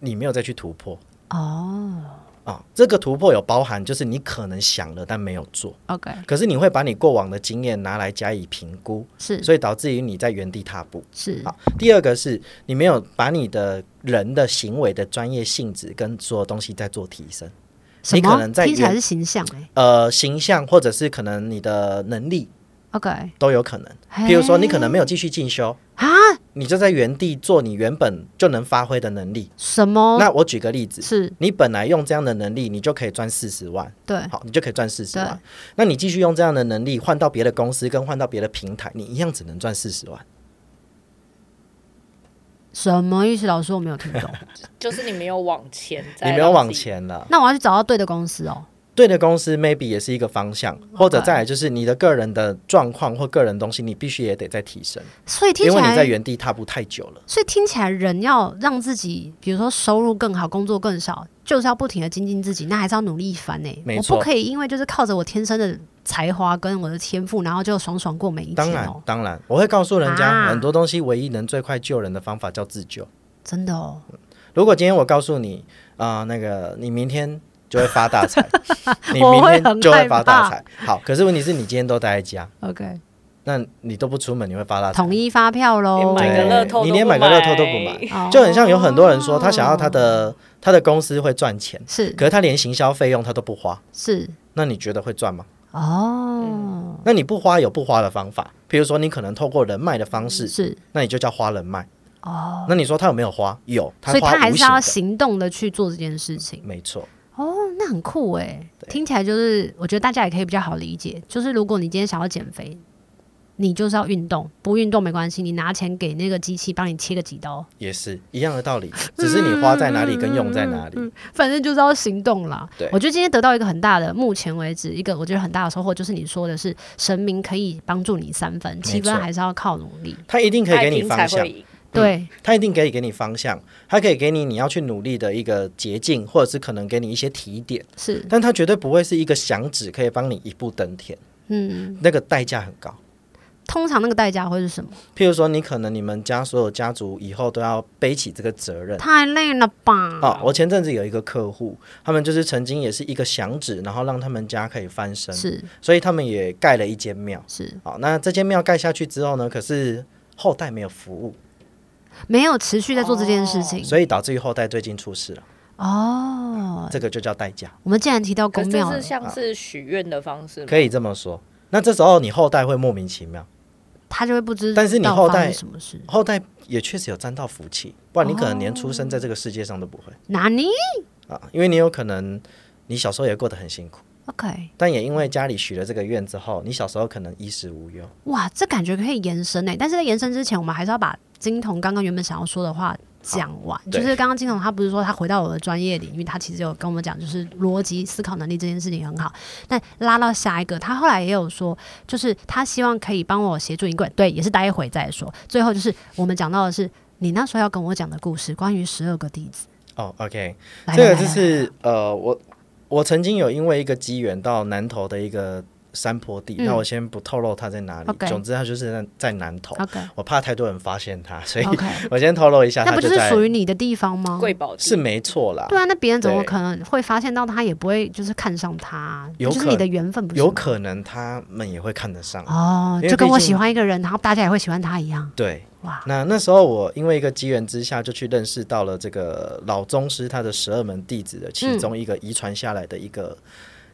S3: 你没有再去突破哦。啊，这个突破有包含，就是你可能想了但没有做，
S1: OK，
S3: 可是你会把你过往的经验拿来加以评估，
S1: 是
S3: 所以导致于你在原地踏步。
S1: 是
S3: 好，第二个是你没有把你的人的行为的专业性质跟所有东西在做提升，
S1: 什
S3: 可
S1: 么？
S3: 能在
S1: 听起来是
S3: 原
S1: 形象欸诶、
S3: 呃，形象或者是可能你的能力
S1: OK，
S3: 都有可能。
S1: 哎
S3: 譬如说，你可能没有继续进修啊，你就在原地做你原本就能发挥的能力。
S1: 什么？
S3: 那我举个例子，
S1: 是
S3: 你本来用这样的能力，你就可以赚四十万，
S1: 对
S3: 好，你就可以赚四
S1: 嗯
S3: 十
S1: 对
S3: 万。那你继续用这样的能力换到别的公司，跟换到别的平台，你一样只能赚四十万。
S1: 什么意思？老师，我没有听 懂。
S2: 就是你没有往前，
S3: 你没有往，前了。
S1: 那我要去找到对的公司哦。
S3: 对的公司 maybe 也是一个方向，或者再来就是你的个人的状况或个人东西，你必须也得再提升，
S1: 所以听
S3: 因
S1: 起
S3: 为你在
S1: 来
S3: 原地踏步太久了。
S1: 所以听起来，人要让自己，比如说收入更好，工作更少，就是要不停的精进自己，那还是要努力一番呢、欸
S3: 没
S1: 我
S3: 错
S1: 不可以因为就是靠着我天生的才华跟我的天赋，然后就爽爽过每一
S3: 当
S1: 天
S3: 然
S1: 哦、，
S3: 当然，我会告诉人家，
S1: 啊
S3: 很多东西唯一能最快救人的方法叫自救。
S1: 真的哦、
S3: 如果今天我告诉你啊、那个你明天就会发大财， 你
S1: 我
S3: 明
S1: 会
S3: 天
S1: 很
S3: 就
S1: 害
S3: 会发大
S1: 怕
S3: 财。好，可是问题是你今天都待在家，
S1: OK，
S3: 那你都不出门，你会发大财吗。
S1: 统一发票
S2: 你
S1: 喽。
S2: 买个
S3: 啊对
S2: 乐透
S3: 你
S2: 都
S3: 连
S2: 不
S3: 买个乐透
S2: 买
S3: 都不买，
S1: 哦
S3: 就很像有很多人说他想要他的他的公司会赚钱，
S1: 是
S3: 可是他连行销费用他都不花，
S1: 是
S3: 那你觉得会赚吗？
S1: 哦，
S3: 那你不花有不花的方法，比如说你可能透过人脉的方式，
S1: 是，
S3: 那你就叫花人脉。哦，那你说他有没有花？有，
S1: 所以
S3: 花
S1: 他还
S3: 无
S1: 是
S3: 形
S1: 要
S3: 的，
S1: 行动的去做这件事情。
S3: 没错，
S1: 哦，那很酷哎，听起来就是我觉得大家也可以比较好理解，就是如果你今天想要减肥，你就是要运动，不运动没关系，你拿钱给那个机器帮你切个几刀，
S3: 也是一样的道理，只是你花在哪里跟用在哪里。
S1: 反正就是要行动啦。
S3: 对
S1: 我觉得今天得到一个很大的，目前为止一个我觉得很大的收获，就是你说的是神明可以帮助你三分，七分
S3: 错
S1: 还是要靠努力。
S3: 他一定可以给
S2: 爱
S3: 你
S2: 拼
S3: 方
S2: 才
S3: 向
S2: 会，赢。
S1: 对，
S3: 他一定可以给你方向，他可以给你你要去努力的一个捷径，或者是可能给你一些提点，
S1: 是，
S3: 但他绝对不会是一个响指可以帮你一步登天，
S1: 嗯，
S3: 那个代价很高。
S1: 通常那个代价会是什么？
S3: 譬如说，你可能你们家所有家族以后都要背起这个责任。
S1: 太累了吧？
S3: 啊、我前阵子有一个客户，他们就是曾经也是一个响指，然后让他们家可以翻身，
S1: 是
S3: 所以他们也盖了一间庙。
S1: 是，
S3: 好、那这间庙盖下去之后呢，可是后代没有服务，
S1: 没有持续在做这件事
S2: 哦
S1: 情
S3: 所以导致于后代最近出事了，
S1: 哦。
S3: 这个就叫代价。
S1: 我们既然提到
S2: 可
S1: 公
S2: 是
S1: 庙
S2: 这
S1: 了
S2: 是。像是许愿的方式吗，
S3: 可以这么说。那这时候你后代会莫名其妙，
S1: 他就会不知道
S3: 但是你后代
S1: 发生什么事？
S3: 后代也确实有沾到福气，不然你
S1: 哦
S3: 可能连出生在这个世界上都不会、
S1: 哪里
S3: 啊，因为你有可能你小时候也过得很辛苦，
S1: ？OK，
S3: 但也因为家里许了这个愿之后，你小时候可能衣食无忧。
S1: 欸哇，这感觉可以延伸呢。但是在延伸之前，我们还是要把金童刚刚原本想要说的话讲完。就
S3: 对
S1: 是刚刚金总他不是说他回到我的专业领域，他其实有跟我们讲，就是逻辑思考能力这件事情很好。但拉到下一个，他后来也有说，就是他希望可以帮我协助一个，对，也是待会再说。最后就是我们讲到的是你那时候要跟我讲的故事，关于十二个弟子。
S3: 哦，OK，
S1: 来
S3: 这
S1: 来
S3: 个
S1: 来
S3: 就
S1: 来
S3: 是呃，我我曾经有因为一个机缘到南投的一个山坡地，
S1: 嗯
S3: 那我先不透露它在哪里。
S1: OK
S3: 总之，它就是在在南投，
S1: OK
S3: 我怕太多人发现它， 所以
S1: OK，
S3: 我先透露一下，
S1: 那
S3: 它
S1: 不就是
S3: 在
S1: 属于你的地方吗？
S2: 贵宝地
S3: 是没错啦。
S1: 对啊，那别人怎么
S3: 对
S1: 可能会发现到他，也不会就是看上他啊，
S3: 有
S1: 就是
S3: 可
S1: 你的缘分不是
S3: 有
S1: 吗
S3: 可能他们也会看得上。
S1: 哦，
S3: 因为
S1: 就跟
S3: 毕
S1: 我
S3: 竟
S1: 喜欢一个人，然后大家也会喜欢他一样，
S3: 对，
S1: 哇，
S3: 那那时候我因为一个机缘之下，就去认识到了这个老宗师他的十二门弟子的
S1: 嗯
S3: 其中一个遗传下来的一个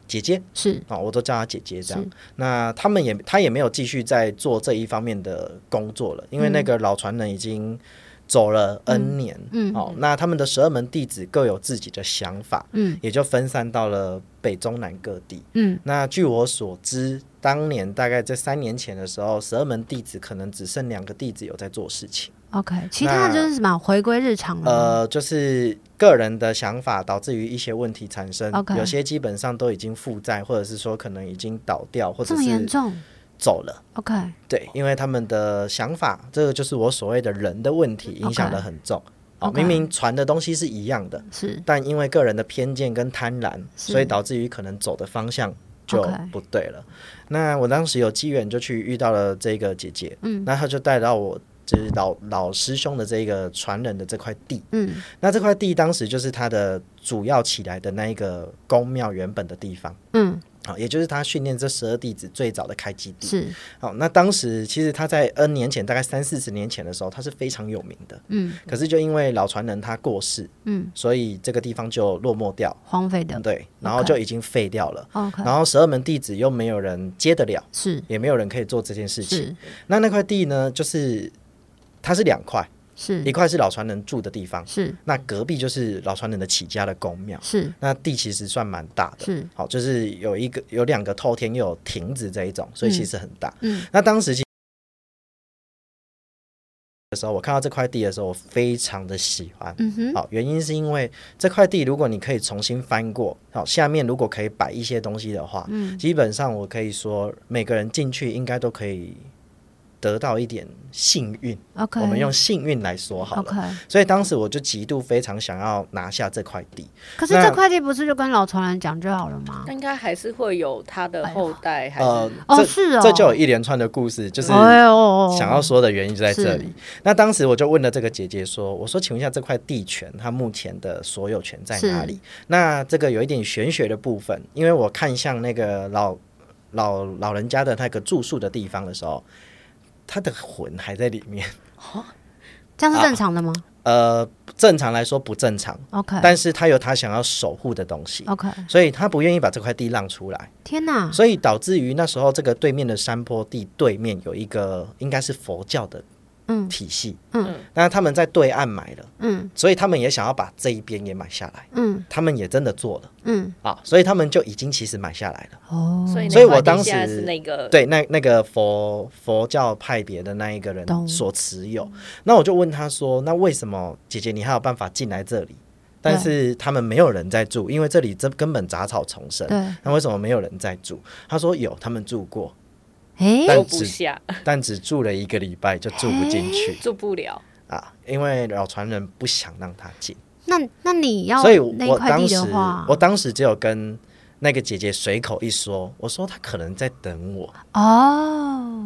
S3: 姐姐
S1: 是
S3: 啊、我都叫她姐姐
S1: 是
S3: 这样。那他们也他也没有继续在做这一方面的工作了，因为那个老传人已经走了 N 年。
S1: 嗯
S3: 哦，那他们的十二门弟子各有自己的想法，
S1: 嗯，
S3: 也就分散到了北中南各地。
S1: 嗯，
S3: 那据我所知，当年大概在三年前的时候，十二门弟子可能只剩两个弟子有在做事情。
S1: OK，其他的就是什么回归日常了吗，
S3: 呃，就是个人的想法导致于一些问题产生
S1: OK
S3: 有些基本上都已经负债，或者是说可能已经倒掉，呃或
S1: 这
S3: 者
S1: 么严
S3: 是
S1: 重
S3: 走了。
S1: ，OK，
S3: 对，因为他们的想法，这个就是我所谓的人的问题，影响
S1: OK
S3: 的很重。哦，
S1: OK
S3: 明明传的东西是一样的，
S1: 是
S3: 但因为个人的偏见跟贪婪，
S1: 是
S3: 所以导致于可能走的方向就
S1: OK
S3: 不对了。那我当时有机缘就去遇到了这个姐姐，嗯，那她就带到我就是老老师兄的这个传人的这块地，
S1: 嗯，
S3: 那这块地当时就是他的主要起来的那一个宫庙原本的地方。
S1: 嗯
S3: 好，也就是他训练这十二弟子最早的开基地。
S1: 是
S3: 好，那当时其实他在 N 年前，大概三四十年前的时候，他是非常有名的。
S1: 嗯
S3: 可是就因为老传人他过世，
S1: 嗯
S3: 所以这个地方就落寞掉，
S1: 荒废的
S3: 对，然后就已经废掉了。
S1: ，OK
S3: 嗯然后十二门弟子又没有人接得了，
S1: 是
S3: 也没有人可以做这件事情。
S1: 是
S3: 那那块地呢，就是它是两块，一
S1: 是
S3: 块是老传人住的地方，
S1: 是
S3: 那隔壁就是老传人的起家的宫庙。
S1: 是
S3: 那地其实算蛮大的，
S1: 是
S3: 好，就是有一个有两个透天，又有亭子这一种，所以其实很大。
S1: 嗯
S3: 那当时其的时候，我看到这块地的时候，我非常的喜欢。
S1: 嗯哼
S3: 好，原因是因为这块地，如果你可以重新翻过，好，下面如果可以摆一些东西的话，
S1: 嗯
S3: 基本上我可以说，每个人进去应该都可以得到一点幸运。
S1: ，OK，
S3: 我们用幸运来说好了。
S1: OK，
S3: 所以当时我就极度非常想要拿下这块地，
S1: 可是
S3: 那
S1: 这块地不是就跟老传人讲就好了吗
S2: 那？应该还是会有他的
S1: 哎呦
S2: 后代，还
S3: 呃
S2: 是，
S1: 哦，
S3: 这
S1: 是哦，
S3: 这就有一连串的故事，就是
S1: 哎呦哦哦
S3: 想要说的原因就在这
S1: 是
S3: 里。那当时我就问了这个姐姐说：“我说，请问一下，这块地权它目前的所有权在哪里？”那这个有一点玄学的部分，因为我看向那个老老老人家的那个住宿的地方的时候，他的魂还在里面。
S1: 这
S3: 啊
S1: 样是正常的吗
S3: 呃，正常来说不正常，
S1: ？OK
S3: 但是他有他想要守护的东西，
S1: OK，
S3: 所以他不愿意把这块地让出来。
S1: 天哪，
S3: 所以导致于那时候这个对面的山坡地对面有一个应该是佛教的
S1: 嗯
S3: 体系，
S1: 嗯，
S3: 那他们在对岸买了，
S1: 嗯
S3: 所以他们也想要把这一边也买下来，
S1: 嗯
S3: 他们也真的做了
S1: 嗯，
S3: 啊，所以他们就已经其实买下来了。
S1: 哦，
S2: 所以
S3: 所以
S2: 那块
S3: 我
S2: 地
S3: 当
S2: 现在
S3: 时
S2: 是那个
S3: 对，那那个佛佛教派别的那一个人
S1: 懂
S3: 所持有，那我就问他说，那为什么姐姐你还有办法进来这里？但是他们没有人在住，因为这里这根本杂草丛生。
S1: 对，
S3: 那为什么没有人在住？他说有，他们住过，
S1: 哎，
S2: 住
S3: 但
S2: 不
S3: 只
S2: 下，
S3: 但只住了一个礼拜就住不进去
S2: 住不了。
S1: 哎
S3: 啊，因为老传人不想让他进，
S1: 那那你要
S3: 所以我
S1: 那一
S3: 我
S1: 块
S3: 当
S1: 地
S3: 时
S1: 的话，
S3: 我当时只有跟那个姐姐随口一说，我说她可能在等我，
S1: 哦，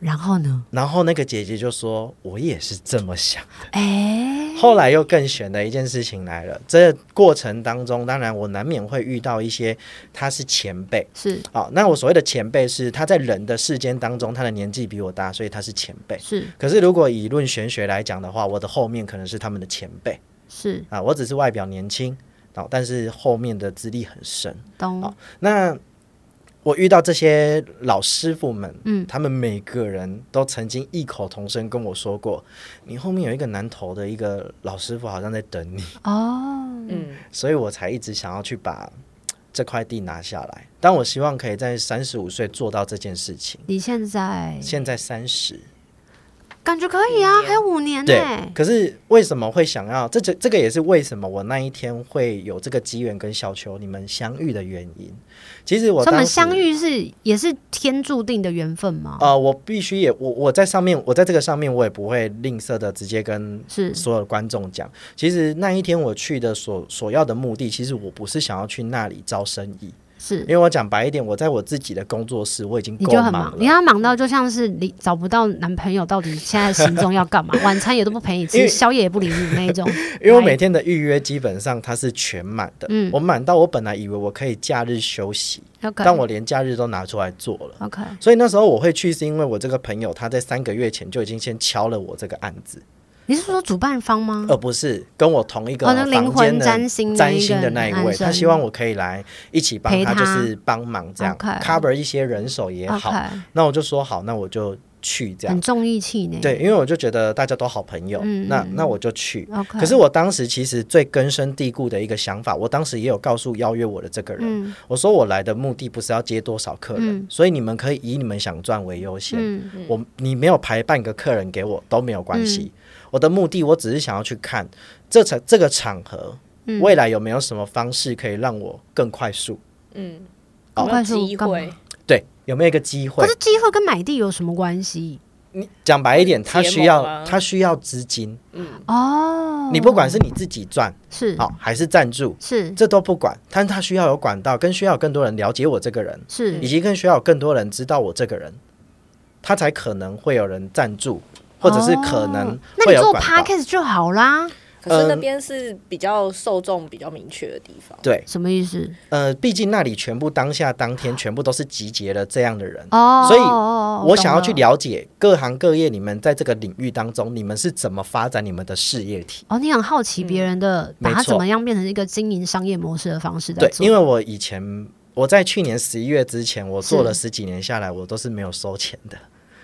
S1: 然后呢？
S3: 然后那个姐姐就说我也是这么想。
S1: 哎，
S3: 后来又更悬的一件事情来了，这过程当中，当然我难免会遇到一些他是前辈。
S1: 是
S3: 好、那我所谓的前辈是他在人的世间当中，他的年纪比我大，所以他是前辈。
S1: 是
S3: 可是如果以论玄学来讲的话，我的后面可能是他们的前辈
S1: 是，
S3: 啊，我只是外表年轻，啊，但是后面的资历很深。
S1: 懂
S3: 好那我遇到这些老师傅们，
S1: 嗯
S3: 他们每个人都曾经异口同声跟我说过，你后面有一个南投的一个老师傅好像在等你，
S1: 哦，
S2: 嗯，
S3: 所以我才一直想要去把这块地拿下来。但我希望可以在三十五岁做到这件事情。
S1: 你现在
S3: 现在三十，
S1: 感觉可以啊，还有五年呢、欸
S3: 对，可是为什么会想要？这这这个也是为什么我那一天会有这个机缘跟小球你们相遇的原因。其实我
S1: 所以我
S3: 当
S1: 们
S3: 时
S1: 相遇是也是天注定的缘分吗？
S3: 呃，我必须也我我在上面，我在这个上面，我也不会吝啬的直接跟
S1: 是
S3: 所有的观众讲。其实那一天我去的所所要的目的，其实我不是想要去那里招生意，因
S1: 是，
S3: 为我讲白一点，我在我自己的工作室我已经
S1: 你
S3: 够
S1: 就很
S3: 忙
S1: 忙，你
S3: 了。
S1: 要忙到就像是你找不到男朋友，到底现在行踪要 干嘛？晚餐也都不陪你
S3: 因
S1: 吃，
S3: 为
S1: 宵夜也不理你那一种。
S3: 因为我每天的预约基本上它是全满的，
S1: 嗯
S3: 我满到我本来以为我可以假日休息，
S1: OK，
S3: 但我连假日都拿出来做了。
S1: OK
S3: 所以那时候我会去，是因为我这个朋友他在三个月前就已经先敲了我这个案子，
S1: 你是说主办方吗？
S3: 而不是跟我同一个
S1: 嗯哦
S3: 房
S1: 那
S3: 间
S1: 灵
S3: 的、
S1: 魂占星的
S3: 占
S1: 一
S3: 星
S1: 个
S3: 的那一
S1: 男
S3: 位，
S1: 生
S3: 他希望我可以来一起帮
S1: 陪
S3: 他，就
S1: 他
S3: 是帮忙这样
S1: OK
S3: cover 一些人手也好。
S1: OK，
S3: 那我就说好，那我就去这
S1: 很
S3: 样。
S1: 重义气呢。
S3: 对，因为我就觉得大家都好朋友，
S1: 嗯
S3: 那
S1: 嗯
S3: 那我就去。
S1: ，OK。
S3: 可是我当时其实最根深蒂固的一个想法，我当时也有告诉邀约我的这个人，
S1: 嗯
S3: 我说我来的目的不是要接多少客人，
S1: 嗯
S3: 所以你们可以以你们想赚为优先。
S1: 嗯嗯
S3: 我你没有排半个客人给我都没有关系。我的目的，我只是想要去看这场这个场合，
S1: 嗯，
S3: 未来有没有什么方式可以让我更快速？
S2: 嗯，
S1: 赶哦
S2: 有没
S1: 快
S2: 有
S1: 说
S2: 机
S1: 干嘛
S2: 会？
S3: 对，有没有一个机会
S1: 可是？机会跟买地有什么关系？
S3: 你讲白一点，他
S2: 结盟
S3: 需要
S2: 吗
S3: 他需要资金，
S1: 啊哦，嗯
S3: 你不管是你自己赚
S1: 是
S3: 好、还是赞助，
S1: 是
S3: 这都不管，但他需要有管道，跟需要有更多人了解我这个人，
S1: 是
S3: 以及更需要有更多人知道我这个人，他才可能会有人赞助，或者是可能
S1: 哦那
S3: 会
S1: 你
S3: 有
S1: 做
S3: 管道。
S1: podcast 就好啦，
S2: 可是那
S3: 嗯
S2: 边是比较受众比较明确的地方。
S3: 对，
S1: 什么意思？
S3: 呃，毕竟那里全部当下当天全部都是集结了这样的人。
S1: 哦，
S3: 所以
S1: 哦哦哦
S3: 我想要
S1: 懂
S3: 去
S1: 了
S3: 了解各行各业，你们在这个领域当中，你们是怎么发展你们的事业体？
S1: 哦，你很好奇
S2: 嗯
S1: 别人的，把
S3: 没
S1: 它
S3: 错
S1: 怎么样变成一个经营商业模式的方式在
S3: 对，
S1: 做。
S3: 因为我以前我在去年十一月之前，我做
S1: 是
S3: 了十几年下来，我都是没有收钱的。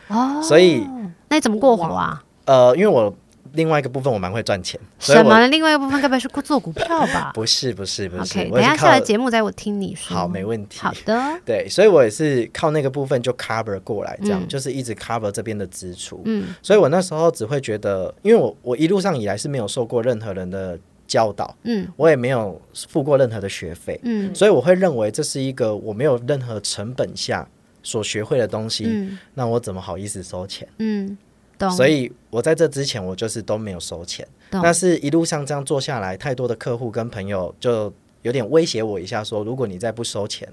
S1: 哦，
S3: 所以
S1: 那你怎么过活啊？
S3: 呃，因为我另外一个部分我蛮会赚钱，所以
S1: 什
S3: 我
S1: 么？另外一部分该不会是做股票 吧
S3: 不是不是不是，
S1: ？OK，
S3: 我
S1: 等一
S3: 也
S1: 下
S3: 是
S1: 下来
S3: 靠
S1: 节目再我听你说。
S3: 好没问题。
S1: 好的，
S3: 对，所以我也是靠那个部分就 cover 过来，这样、
S1: 嗯
S3: 就是一直 cover 这边的支出。
S1: 嗯
S3: 所以我那时候只会觉得，因为我我一路上以来是没有受过任何人的教导，
S1: 嗯
S3: 我也没有付过任何的学费，
S1: 嗯
S3: 所以我会认为这是一个我没有任何成本下所学会的东西，
S1: 嗯
S3: 那我怎么好意思收钱？
S1: 嗯，懂。
S3: 所以我在这之前我就是都没有收钱，
S1: 懂
S3: 那是一路上这样做下来，太多的客户跟朋友就有点威胁我一下说如果你再不收钱，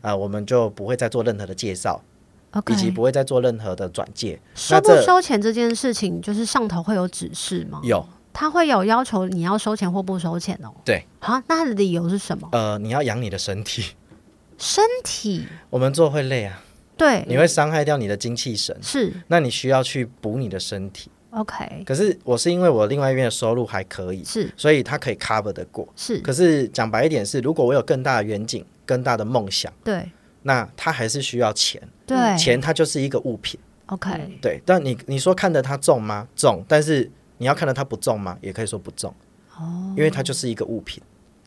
S3: 啊、我们就不会再做任何的介绍，
S1: OK，
S3: 以及不会再做任何的转介。
S1: 收
S3: 那
S1: 不
S3: 这
S1: 收钱这件事情，就是上头会有指示吗？
S3: 有
S1: 他会有要求你要收钱或不收钱哦。
S3: 对，
S1: 好，那他的理由是什么？
S3: 呃，你要养你的身体。
S1: 身体
S3: 我们做会累啊，
S1: 对
S3: 你会伤害掉你的精气神，
S1: 是
S3: 那你需要去补你的身体。
S1: OK，
S3: 可是我是因为我另外一边的收入还可以，
S1: 是
S3: 所以它可以 cover 得过。
S1: 是，
S3: 可是讲白一点是，如果我有更大的远景、更大的梦想，
S1: 对
S3: 那它还是需要钱，
S1: 对
S3: 钱它就是一个物品，
S1: OK，
S2: 嗯
S3: 对。但你你说看得它重吗？重，但是你要看得它不重吗？也可以说不重，哦，因为它就是一个物品，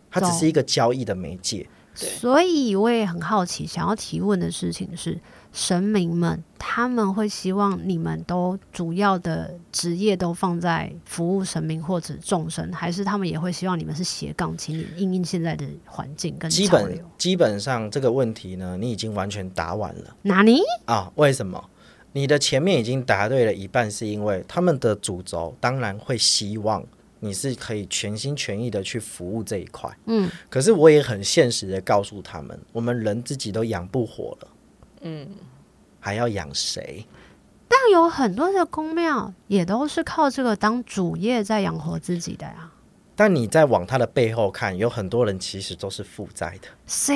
S3: 它只是一个交易的媒介。
S2: 对
S1: 所以我也很好奇，想要提问的事情是，神明们他们会希望你们都主要的职业都放在服务神明或者众生，还是他们也会希望你们是斜杠青年，应应现在的环境跟
S3: 基
S1: 潮
S3: 本
S1: 流？
S3: 基本上这个问题呢，你已经完全答完了。
S1: 哪里？
S3: 啊，为什么？你的前面已经答对了一半，是因为他们的主轴当然会希望你是可以全心全意的去服务这一块。
S1: 嗯，
S3: 可是我也很现实的告诉他们，我们人自己都养不活了，
S2: 嗯，
S3: 还要养谁？
S1: 但有很多的宫庙也都是靠这个当主业在养活自己的呀、
S3: 但你再往他的背后看，有很多人其实都是负债的。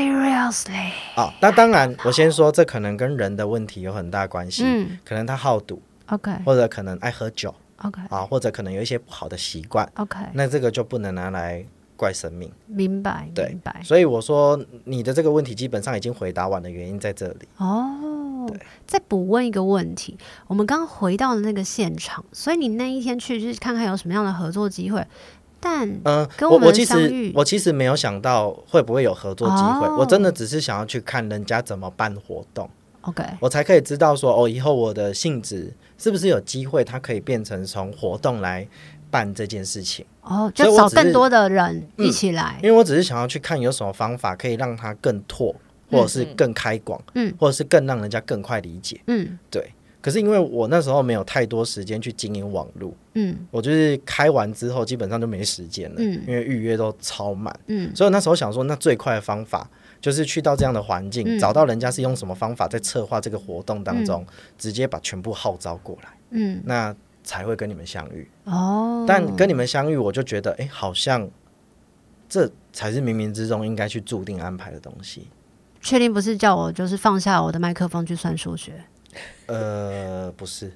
S1: Seriously，
S3: 啊，那当然，我先说，这可能跟人的问题有很大关系。
S1: 嗯
S3: 可能他好赌，
S1: ，OK
S3: 或者可能爱喝酒
S1: OK
S3: 啊，或者可能有一些不好的习惯，
S1: OK，
S3: 那这个就不能拿来怪生命。
S1: 明白
S3: 对
S1: 明白。
S3: 所以我说你的这个问题基本上已经回答完的原因在这里。
S1: 哦，再补问一个问题，我们刚回到了那个现场，所以你那一天去就是看看有什么样的合作机会，但
S3: 嗯，
S1: 跟我
S3: 我
S1: 们
S3: 我其
S1: 相
S3: 实
S1: 遇
S3: 我其实没有想到会不会有合作机会，
S1: 哦
S3: 我真的只是想要去看人家怎么办活动。
S1: OK，
S3: 我才可以知道说哦，以后我的性质是不是有机会，它可以变成从活动来办这件事情。
S1: 哦，
S3: 所以
S1: 就
S3: 我
S1: 找
S3: 只
S1: 更
S3: 是
S1: 多的人一
S3: 嗯
S1: 起来
S3: 因，为我只是想要去看有什么方法可以让它更拓，或者是更开广，
S1: 嗯，
S3: 或者是更让人家更快理解。
S1: 嗯
S3: 对，可是因为我那时候没有太多时间去经营网络，
S1: 嗯
S3: 我就是开完之后基本上就没时间了，
S1: 嗯
S3: 因为预约都超满，
S1: 嗯
S3: 所以我那时候想说，那最快的方法就是去到这样的环境，
S1: 嗯
S3: 找到人家是用什么方法在策划这个活动当中，直接把全部号召过来，
S1: 嗯，
S3: 那才会跟你们相遇。
S1: 哦，
S3: 但跟你们相遇，我就觉得，哎、好像这才是冥冥之中应该去注定安排的东西。
S1: 确定不是叫我就是放下我的麦克风去算数学？
S3: 呃，不是，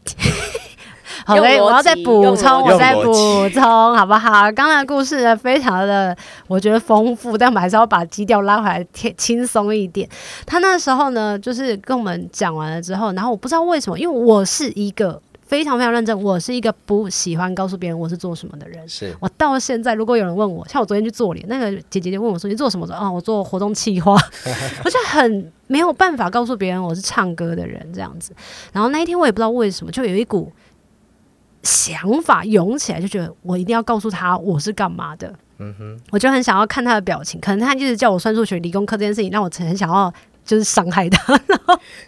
S1: 好
S2: 用
S1: 嘞，
S2: 逻
S1: 我要再
S2: 辑
S1: 补
S2: 用
S1: 充，
S2: 逻
S1: 我
S3: 辑
S1: 再
S3: 用
S1: 补
S3: 逻
S1: 充，好不好？刚才的故事呢，非常的我觉得丰富，但我们还是要把基调拉回来，贴轻松一点。他那时候呢，就是跟我们讲完了之后，然后我不知道为什么，因为我是一个非常非常认真，我是一个不喜欢告诉别人我是做什么的人。
S3: 是
S1: 我到现在，如果有人问我，像我昨天去做脸，那个姐姐就问我说：“你做什么？”我说：“啊，我做活动企 划。”我就很没有办法告诉别人我是唱歌的人这样子。然后那一天我也不知道为什么，就有一股想法涌起来，就觉得我一定要告诉他我是干嘛的。
S3: 嗯哼，
S1: 我就很想要看他的表情，可能他一直叫我算数学、理工科这件事情，让我很想要就是伤害他。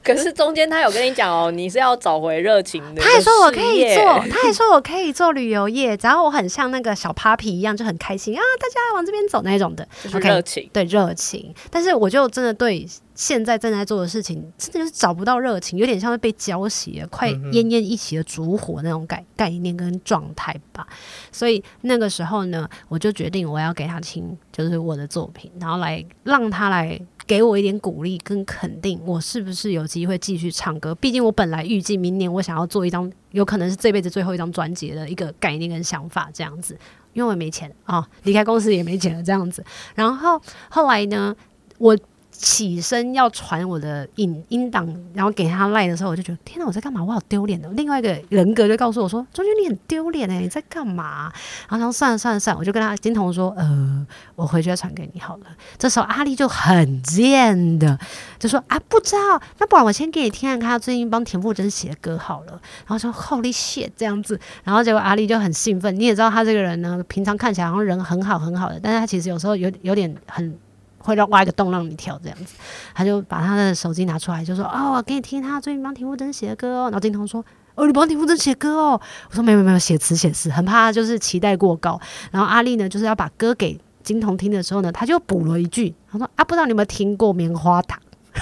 S2: 可是中间他有跟你讲哦，你是要找回热情的。
S1: 他还说我可
S2: 事
S1: 以
S2: 业
S1: 做，他还说我可以做旅游业，只要我很像那个小 Papi 一样，就很开心啊，大家往这边走那一种的。
S2: 就是
S1: OK
S2: 热情。
S1: 对热情，但是我就真的对现在正在做的事情，真的就是找不到热情，有点像是被浇熄了，快
S3: 嗯哼
S1: 奄奄一息的烛火那种概概念跟状态吧。所以那个时候呢，我就决定我要给他听，就是我的作品，然后来让他来。给我一点鼓励跟肯定，我是不是有机会继续唱歌？毕竟我本来预计明年我想要做一张，有可能是这辈子最后一张专辑的一个概念跟想法这样子，因为我也没钱啊、离开公司也没钱了这样子。然后后来呢，我起身要传我的音音档，然后给他赖的时候，我就觉得天哪，我在干嘛？我好丢脸的。哦另外一个人格就告诉我说：“周俊，你很丢脸哎，你在干嘛？”然后想说算了算了算了，我就跟他金童说：“呃，我回去再传给你好了。”这时候阿丽就很贱的就说：“啊，不知道，那不然我先给你听看看他最近帮田馥甄写的歌好了。”然后说：“Holy shit！” 这样子，然后结果阿丽就很兴奋。你也知道他这个人呢，平常看起来好像人很好很好的，但是他其实有时候有有点很会让挖一个洞让你跳这样子。他就把他的手机拿出来，就说：“哦，我给你听他最近帮田馥甄写的歌哦。”然后金童说。哦，你帮田馥甄写歌哦？我说没有没有没有，写词写词，很怕他就是期待过高。然后阿丽呢，就是要把歌给金童听的时候呢，他就补了一句，他说啊，不知道你有没有听过棉花糖？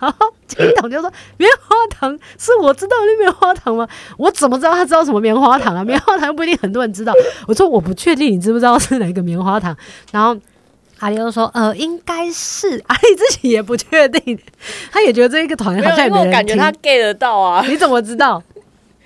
S1: 然后金童就说棉花糖是我知道的棉花糖吗？我怎么知道他知道什么棉花糖啊？ 棉花糖又不一定很多人知道。我说我不确定你知不知道是哪一个棉花糖。然后阿丽就说呃，应该是阿丽自己也不确定，他也觉得这一个团
S2: 没
S1: 好
S2: 有，
S1: 像也
S2: 因为
S1: 没
S2: 我
S1: 人
S2: 感觉他 get 得到啊，
S1: 听你怎么知道？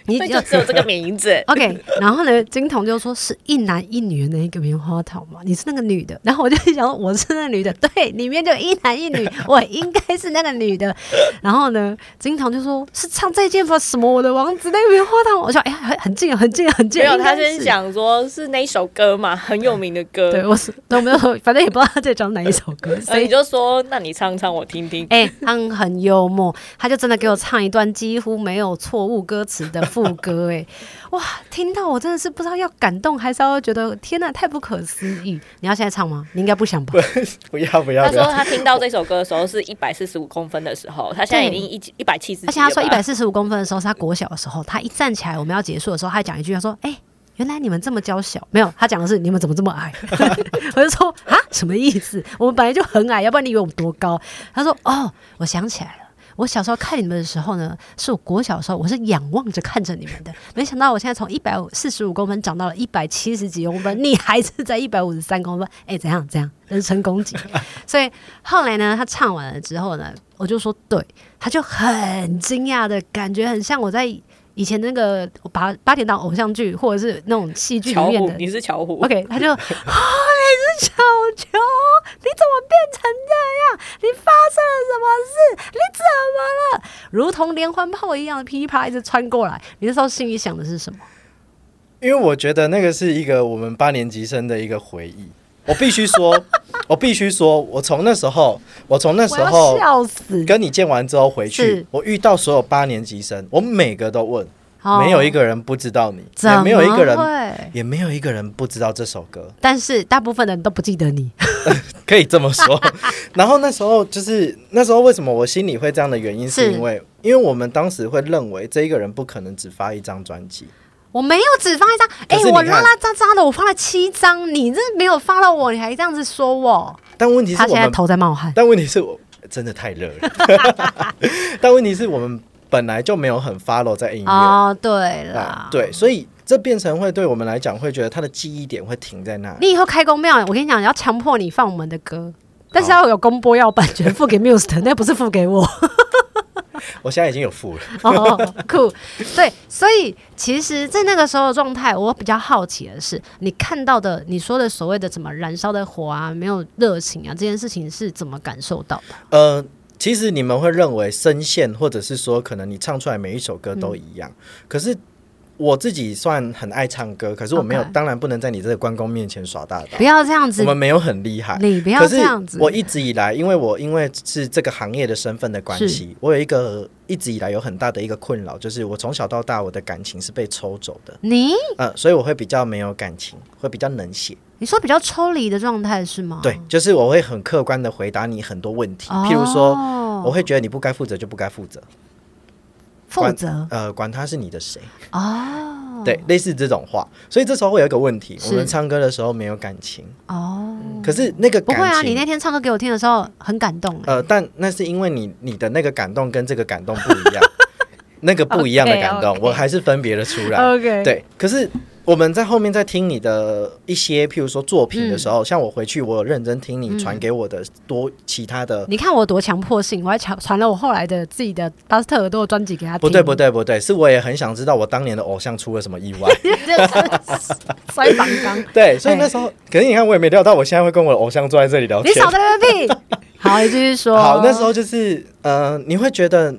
S1: 你。
S2: 所以就只有这个名字
S1: OK，然 后呢，金童就说是一男一女的那个棉花糖嘛，你是那个女的，然后我就想说我是那个女的， 对，里面就有一男一女，我应该是那个女的。然后呢，金童就说是唱再见吧什么我的王子那个棉花糖，我说哎呀很很近很近很近，啊
S2: 没有，
S1: 应该
S2: 他先
S1: 是。
S2: 想说是那一首歌嘛，很有名的歌。
S1: 对，我是，那我没有，反正也不知道他在讲哪一首歌，所
S2: 所以
S1: 以
S2: 哦你就说，那你唱唱我听听。
S1: 哎、他很幽默，他就真的给我唱一段几乎没有错误歌词的副歌、哎，哇，听到我真的是不知道要感动还是要觉得天哪，太不可思议！你要现在唱吗？你应该不想吧？
S3: 不要不要
S2: 他
S3: 不
S2: 说
S3: 要，
S2: 他听到这首歌的时候是一百四十五公分的时候，他现在已经一一百七十，
S1: 而嗯且他说一百四十五公分的时候是他国小的时候，他一站起来我们要结束的时候，他还讲一句，他说：“哎、原来你们这么娇小，没有，他讲的是你们怎么这么矮？我就说啊，什么意思？我们本来就很矮，要不然你以为我们多高？他说哦，我想起来了。我小时候看你们的时候呢，是我国小的时候，我是仰望着看着你们的。 没想到我现在从一百四十五公分长到了一百七十几公分，你 还是在一百五十三公分。哎，怎样怎样，人身攻击。 所以后来呢，他唱完了之后呢，我就说对，他就很惊讶的感觉，很像我在以前那个八八点档偶像剧或者是那种戏剧里
S2: 巧
S1: 面
S2: 虎
S1: 的，
S2: 你是巧虎
S1: OK，他就啊，你是小球，你怎么变成这样？你发生了什么事？你怎么了？如同连环炮一样的噼啪一直穿过来，你那时候心里想的是什么？
S3: 因为我觉得那个是一个我们八年级生的一个回忆，我必 须说，我必须说，我从那时候，我从那时候
S1: 笑死，
S3: 跟你见完之后回去
S1: 是，
S3: 我遇到所有八年级生，我每个都问，
S1: 哦
S3: 没有一个人不知道你，
S1: 怎
S3: 也
S1: 么
S3: 没有一个人，
S1: 会
S3: 也没有一个人不知道这首歌，
S1: 但是大部分人都不记得你，
S3: 可以这 么说。然后那时候就是那时候为什么我心里会这样的原因，是
S1: 是
S3: 因为因为我们当时会认为这一个人不可能只发一张专辑，
S1: 我没有只放一张，
S3: 可
S1: 哎、
S3: 是你
S1: 我
S3: 看
S1: 拉拉杂杂的，我放了七张，你这没有放到我，你还这样子说我，
S3: 但问题是
S1: 他
S3: 我
S1: 现在
S3: 们
S1: 头在冒汗，
S3: 但问题是我真的太热了， 但问题是我们本来就没有很 follow 在音乐、
S1: 哦，对啦
S3: 啊，，，对，所以这变成会对我们来讲会觉得它的记忆点会停在那里。
S1: 你以后开公庙，我跟你讲，要强迫你放我们的歌。但是要有公播，要版权付给 Muse 的，那不是付给我。
S3: 我现在已经有负了，
S1: 哦，酷，对，所以其实，在那个时候的状态，我比较好奇的是，你看到的，你说的所谓的怎么燃烧的火啊，没有热情啊，这件事情是怎么感受到 的？
S3: 呃。其实你们会认为声线，或者是说，可能你唱出来每一首歌
S1: 嗯
S3: 都一样。可是我自己算很爱唱歌，可是我没有
S1: OK
S3: 当然不能在你这个关公面前耍大刀
S1: 不。要这样子
S3: 我，们没有很厉害，
S1: 你不
S3: 可
S1: 要
S3: 是
S1: 这样子。
S3: 我一直以来，因为我因为是这个行业的身份的关系，我有一个一直以来有很大的一个困扰，就是我从小到大我的感情是被抽走的，
S1: 你
S3: 嗯、所以我会比较没有感情，会比较冷血。
S1: 你说比较抽离的状态是吗？
S3: 对，就是我会很客观的回答你很多问题，
S1: 哦，
S3: 譬如说，我会觉得你不该负责就不该负责，
S1: 负责
S3: 呃，管他是你的谁，
S1: 哦，
S3: 对，类似这种话。所以这时候会有一个问题，
S1: 是
S3: 我们唱歌的时候没有感情，
S1: 哦，
S3: 可是那个
S1: 不
S3: 感
S1: 会
S3: 情，
S1: 啊，你那天唱歌给我听的时候很感动哎、
S3: 呃，但那是因为你你的那个感动跟这个感动不一 样，那个不一样的感动
S2: OK，OK
S3: 我还是分别的出来。
S1: 哦 OK，，
S3: 对，可是我们在后面在听你的一些，譬如说作品的时
S1: 嗯
S3: 候，像我回去，我有认真听你传给我的多其他的。
S1: 嗯你看我多强迫性，我还传传了我后来的自己的巴斯特耳朵的专辑给他听。
S3: 不 对，不，对，不对，是我也很想知道我当年的偶像出了什么意外。
S1: 摔反 刚，
S3: 对，所以那时候，可是你看，我也没料到我现在会跟我的偶像坐在这里聊
S1: 你
S3: 天
S1: 少。在那边屁。好，你继续说。
S3: 好，那时候就是呃，你会觉得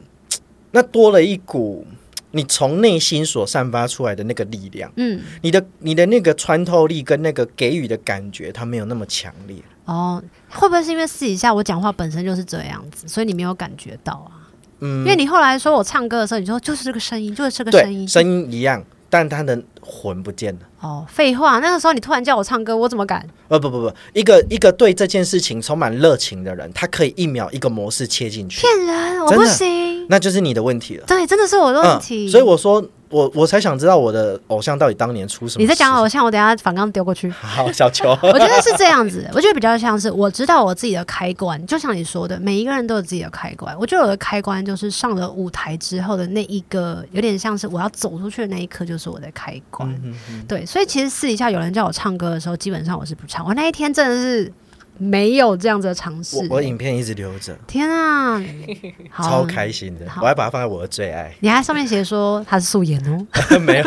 S3: 那多了一股你从内心所散发出来的那个力量。
S1: 嗯，
S3: 你的你的那个穿透力跟那个给予的感觉，它没有那么强烈。
S1: 哦，会不会是因为私底下我讲话本身就是这样子，所以你没有感觉到啊？
S3: 嗯
S1: 因为你后来说我唱歌的时候，你说就是这个声音，就是这个声
S3: 对，
S1: 音，
S3: 声音一样，但它的魂不见了。
S1: 哦，废话，那个时候你突然叫我唱歌，我怎么敢？
S3: 呃，不不不，一个一个对这件事情充满热情的人，他可以一秒一个模式切进去，
S1: 骗人，我
S3: 真
S1: 不
S3: 的
S1: 行。
S3: 那就是你的问题了。嗯
S1: 对，真的是我的问题。
S3: 所以我说，我我才想知道我的偶像到底当年出什么事。。
S1: 你在讲偶像，我等一下反刚丢过去
S3: 好，小球，
S1: 我觉得是这样子，我觉得比较像是我知道我自己的开关，就像你说的，每一个人都有自己的开关。我觉得我的开关就是上了舞台之后的那一个，有点像是我要走出去的那一刻，就是我的开关。
S3: 嗯
S1: 对，所以其实私底下有人叫我唱歌的时候，基本上我是不唱。我那一天真的是没有这样子的尝试
S3: 我。我影片一直留着，
S1: 天啊， 好
S3: 超开心的，
S1: 好。
S3: 我还把它放在我的最爱
S1: 你还上面写说他是素颜哦，
S3: 没有，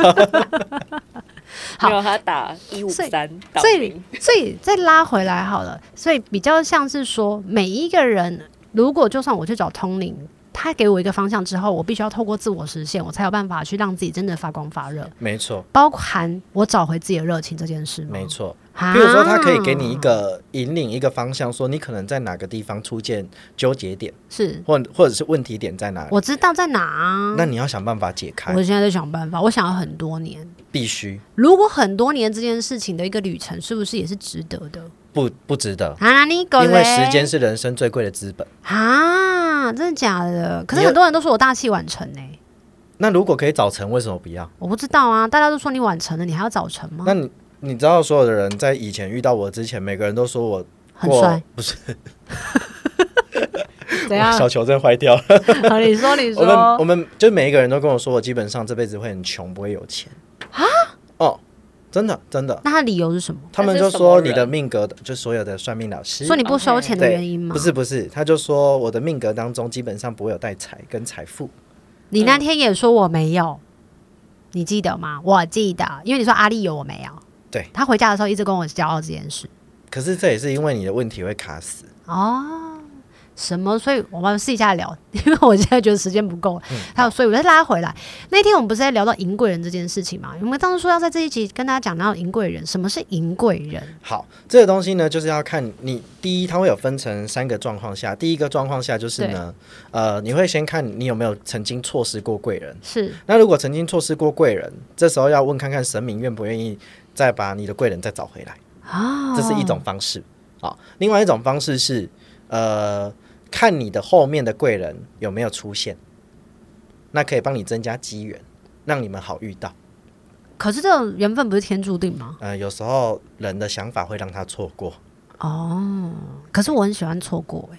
S1: 好
S2: 没有他打一五三，
S1: 所以， 所以再拉回来好了，所以比较像是说，每一个人，如果就算我去找通灵，他给我一个方向之后，我必须要透过自我实现，我才有办法去让自己真的发光发热，
S3: 没错，
S1: 包含我找回自己的热情这件事吗？
S3: 没错。
S1: 啊
S3: 比如说，他可以给你一个引领，一个方向，说你可能在哪个地方出现纠结点，
S1: 是，
S3: 或或者是问题点在哪里。
S1: 我知道在哪啊、
S3: 那你要想办法解开
S1: 我，现在在想办法，我想了很多年。
S3: 必须
S1: 如果很多年这件事情的一个旅程，是不是也是值得的？
S3: 不不值得，
S1: 啊，你狗
S3: 因为
S1: 嘞
S3: 时间是人生最贵的资本。
S1: 啊，真的假的？可
S3: 你
S1: 是
S3: 有
S1: 很多人都说我大器晚成欸呢、
S3: 那如果可以早成，为什么不要？
S1: 我不知道啊，大家都说你晚成了，你还要早成吗
S3: 那？你你知道，所有的人在以前遇到我之前，每个人都说我
S1: 很
S3: 过
S1: 帅，
S3: 不是
S1: 怎样？
S3: 小球真坏掉了。
S1: 你说，你
S3: 我们我
S1: 说，
S3: 们就每一个人都跟我说，我基本上这辈子会很穷，不会有钱啊。哦，真的真的，
S1: 那他理由是什么？
S3: 他们
S2: 是
S3: 就
S2: 什
S3: 说
S2: 么
S3: 你
S2: 人
S3: 的命格的，就所有的算命老师
S1: 说你不收钱的
S3: 哦对
S1: 原因吗？
S3: 不，是嗯不是，他就说我的命格当中基本上不会有带财跟财富。
S1: 你那天也说我没有，你记得吗？我记得，因为你说阿丽有我没有。
S3: 对，
S1: 他回家的时候一直跟我骄傲这件事。
S3: 可是这也是因为你的问题会卡死。
S1: 哦，什么？所以我们私底下聊， 因为我现在觉得时间不够了。
S3: 嗯
S1: 还有，所以我再拉回来。那天我们不是在聊到银贵人这件事情嘛？我们当时说要在这一集跟大家讲到银贵人，什么是银贵人？
S3: 好，这个东西呢，就是要看你第一，它会有分成三个状况下。第一个状况下就是呢，呃，你会先看你有没有曾经错失过贵人。
S1: 是
S3: 那如果曾经错失过贵人，这时候要问看看神明愿不愿意再把你的贵人再找回来，
S1: 啊，
S3: 这是一种方式。好、另外一种方式是，呃，看你的后面的贵人有没有出现，那可以帮你增加机缘，让你们好遇到。
S1: 可是这种缘分不是天注定吗？
S3: 呃，有时候人的想法会让他错过，哦
S1: 可是我很喜欢错过、欸，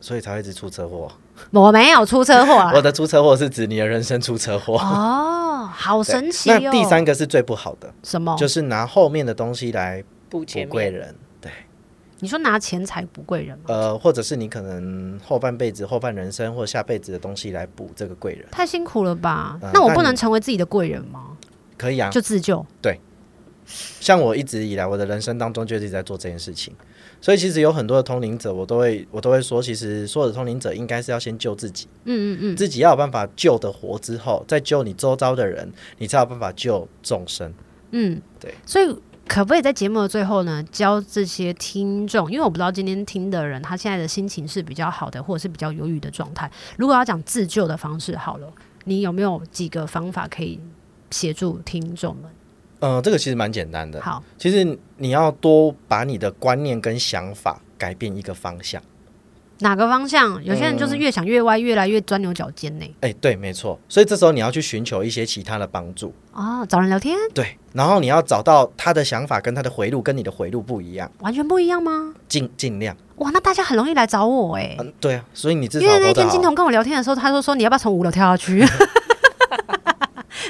S3: 所以才会一直出车祸。
S1: 我没有出车祸啊
S3: 我。的出车祸是指你的人生出车祸。
S1: 哦，好
S3: 对
S1: 神奇哦。
S3: 那第三个是最不好的，
S1: 什么？
S3: 就是拿后面的东西来
S2: 不
S3: 补
S2: 前
S3: 贵
S2: 面
S3: 人。对，
S1: 你说拿钱财不贵人吗？
S3: 呃，或者是你可能后半辈子、后半人生或下辈子的东西来补这个贵人，
S1: 太辛苦了吧？
S3: 呃
S1: 那我
S3: 但
S1: 不
S3: 你
S1: 能成为自己的贵人吗？
S3: 可以啊。
S1: 就自救。
S3: 像我一直以来我的人生当中就一直在做这件事情，所以其实有很多的通灵者，我都会我都会说，其实所有的通灵者应该是要先救自己，
S1: 嗯嗯嗯，
S3: 自己要有办法救得活之后，再救你周遭的人，你才有办法救众生。
S1: 嗯，
S3: 对。
S1: 所以可不可以在节目的最后呢，教这些听众，因为我不知道今天听的人他现在的心情是比较好的，或者是比较忧郁的状态。如果要讲自救的方式，好了，你有没有几个方法可以协助听众们？
S3: 呃，这个其实蛮简单的，
S1: 好，
S3: 其实你要多把你的观念跟想法改变一个方向。
S1: 哪个方向？有些人
S3: 嗯
S1: 就是越想越歪，越来越钻牛角尖呢、
S3: 哎，对，没错。所以这时候你要去寻求一些其他的帮助，
S1: 哦，找人聊天
S3: 对。然后你要找到他的想法跟他的回路跟你的回路不一样，
S1: 完全不一样吗？
S3: 尽尽量。
S1: 哇，那大家很容易来找我哎、
S3: 嗯，对啊。所以你至少
S1: 因为那
S3: 活得
S1: 天金
S3: 好，
S1: 童跟我聊天的时候，他就说你要不要从五楼跳下 去？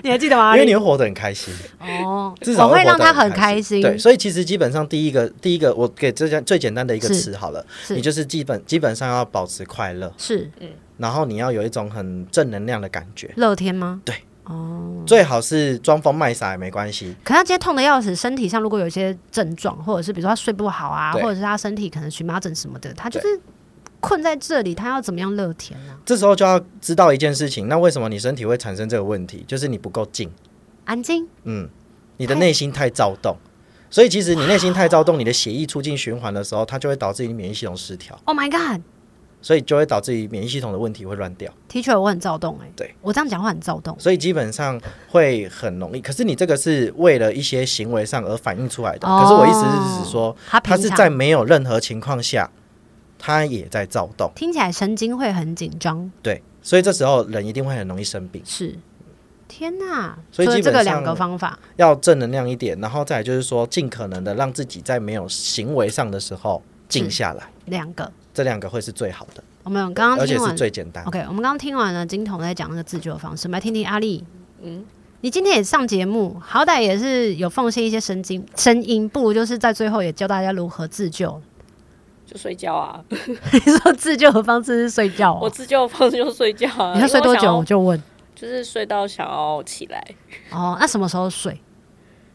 S1: 你还记得吗？
S3: 因为你会活得很 开心，
S1: 哦，
S3: 至少
S1: 我会让
S3: 活得
S1: 他很开心。
S3: 对，所以其实基本上第一个第一个，我给这样最简单的一个
S1: 是
S3: 词好了，
S1: 是
S3: 你就是基本基本上要保持快乐，
S1: 是
S3: 然后你要有一种很正能量的感觉，
S1: 乐天吗？
S3: 对。
S1: 哦，
S3: 最好是装疯卖傻也没关系，
S1: 可他今天痛的要死，身体上如果有一些症状，或者是比如说他睡不好啊，或
S3: 对
S1: 者是他身体可能荨麻疹什么的，他就是困在这里，他要怎么样乐天呢、
S3: 这时候就要知道一件事情，那为什么你身体会产生这个问题？就是你不够静，
S1: 安静，
S3: 嗯，你的内心太躁动，所以其实你内心太躁动，你的血液促进循环的时候，它就会导致你免疫系统失调，
S1: Oh my god！
S3: 所以就会导致于免疫系统的问题会乱掉，
S1: teacher，我很躁动哎、
S3: 对
S1: 我这样讲话很躁动，
S3: 所以基本上会很容易。可是你这个是为了一些行为上而反映出来的，
S1: 哦
S3: 可是我意思是指说，
S1: 他平
S3: 它
S1: 常
S3: 是在没有任何情况下，它也在躁动，
S1: 听起来神经会很紧张，
S3: 对，所以这时候人一定会很容易生病。
S1: 是。天呐！
S3: 所以
S1: 除了
S3: 基
S1: 这
S3: 本
S1: 个两
S3: 上
S1: 个方法，
S3: 要正能量一点，然后再来就是说，尽可能的让自己在没有行为上的时候静下来，
S1: 两个，
S3: 这两个会是最好的，
S1: 我们刚刚
S3: 而且
S1: 听
S3: 是
S1: 完
S3: 最简单。
S1: OK，我们刚刚听完了金童在讲那个自救的方式，我们来听听阿丽。嗯，你今天也上节目，好歹也是有奉献一些神经声音，不如就是在最后也教大家如何自救。
S2: 就睡觉啊，
S1: 你说自救的方式是睡觉、
S2: 我
S1: 哦，
S2: 自救方式就睡觉啊。
S1: 你要睡
S2: 因为
S1: 多
S2: 我想
S1: 久
S2: 要
S1: 我就问。
S2: 就是睡到想要起来，
S1: 哦，那什么时候睡？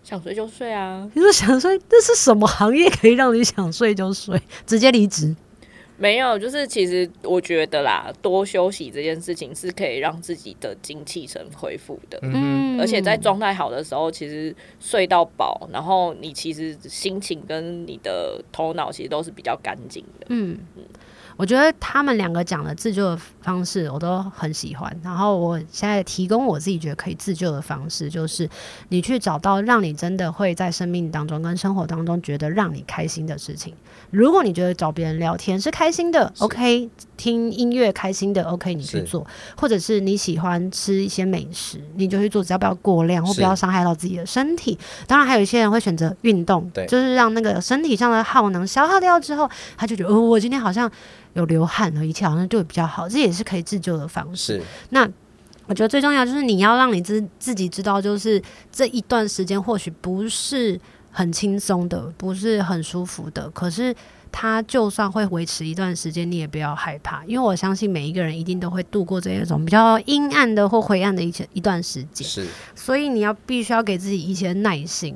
S2: 想睡就睡啊。
S1: 你说想睡，这是什么行业可以让你想睡就睡，直接离职？
S2: 没有，就是其实我觉得啦，多休息这件事情是可以让自己的精气神恢复的。
S1: 嗯
S2: 而且在状态好的时候，其实睡到饱，然后你其实心情跟你的头脑其实都是比较干净的。
S1: 嗯，我觉得他们两个讲的自救的方式我都很喜欢。然后我现在提供我自己觉得可以自救的方式，就是你去找到让你真的会在生命当中跟生活当中觉得让你开心的事情。如果你觉得找别人聊天是开心的，OK；听音乐开心的，OK，你去
S3: 是
S1: 做；或者是你喜欢吃一些美食，你就去做，只要不要过量或不
S3: 是
S1: 要伤害到自己的身体。当然，还有一些人会选择运动，
S3: 对
S1: 就是让那个身体上的耗能消耗掉之后，他就觉得，哦，我今天好像有流汗了，一切好像对我比较好，这也是可以自救的方式。
S3: 是，
S1: 我觉得最重要就是你要让你自自己知道，就是这一段时间或许不是很轻松的，不是很舒服的，可是它就算会维持一段时间，你也不要害怕，因为我相信每一个人一定都会度过这一种比较阴暗的或灰暗的一些一段时间，
S3: 是，
S1: 所以你要必须要给自己一些耐心。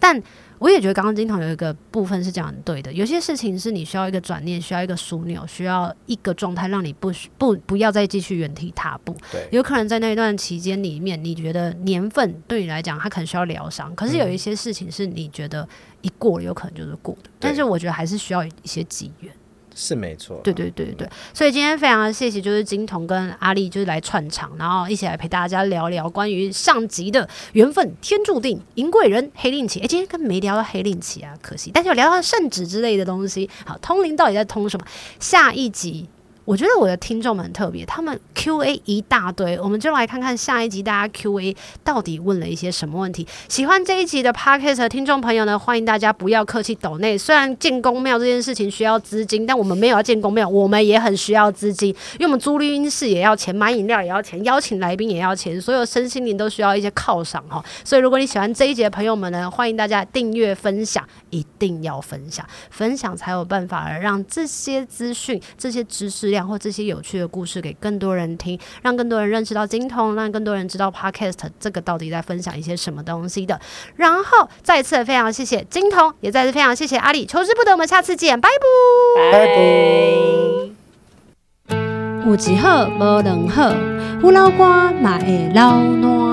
S1: 但我也觉得刚刚金童有一个部分是讲得对的，有些事情是你需要一个转念，需要一个枢纽，需要一个状态，让你不需不不要再继续原地踏步。
S3: 对
S1: 有可能在那一段期间里面，你觉得年份对你来讲，它可能需要疗伤，可是有一些事情是你觉得一过了，有可能就是过的。但是我觉得还是需要一些机缘。
S3: 是没错。
S1: 对对对对，所以今天非常谢谢，就是金童跟阿丽就是来串场，然后一起来陪大家聊聊关于上集的缘分、天注定、银贵人、黑令旗。哎，今天根本没聊到黑令旗啊，可惜。但是有聊到圣旨之类的东西。好，通灵到底在通什么？下一集。我觉得我的听众们很特别，他们 Q&A 一大堆，我们就来看看下一集大家 Q&A 到底问了一些什么问题。喜欢这一集的 podcast 的听众朋友呢，欢迎大家不要客气抖内。虽然建公庙这件事情需要资金，但我们没有要建公庙，我们也很需要资金，因为我们租录音室也要钱，买饮料也要钱，邀请来宾也要钱，所有身心灵都需要一些犒赏哈。所以如果你喜欢这一集的朋友们呢，欢迎大家订阅、分享，一定要分享，分享才有办法让这些资讯、这些知识量或这些有趣的故事给更多人听，让更多人认识到精通，让更多人知道 podcast 这个到底在分享一些什么东西的。然后再一次非常谢谢金童，也再次非常谢谢阿里，求之不得，我们下次见，拜
S2: 拜
S3: 拜
S1: 拜。有一好无两好，胡老瓜嘛会老烂。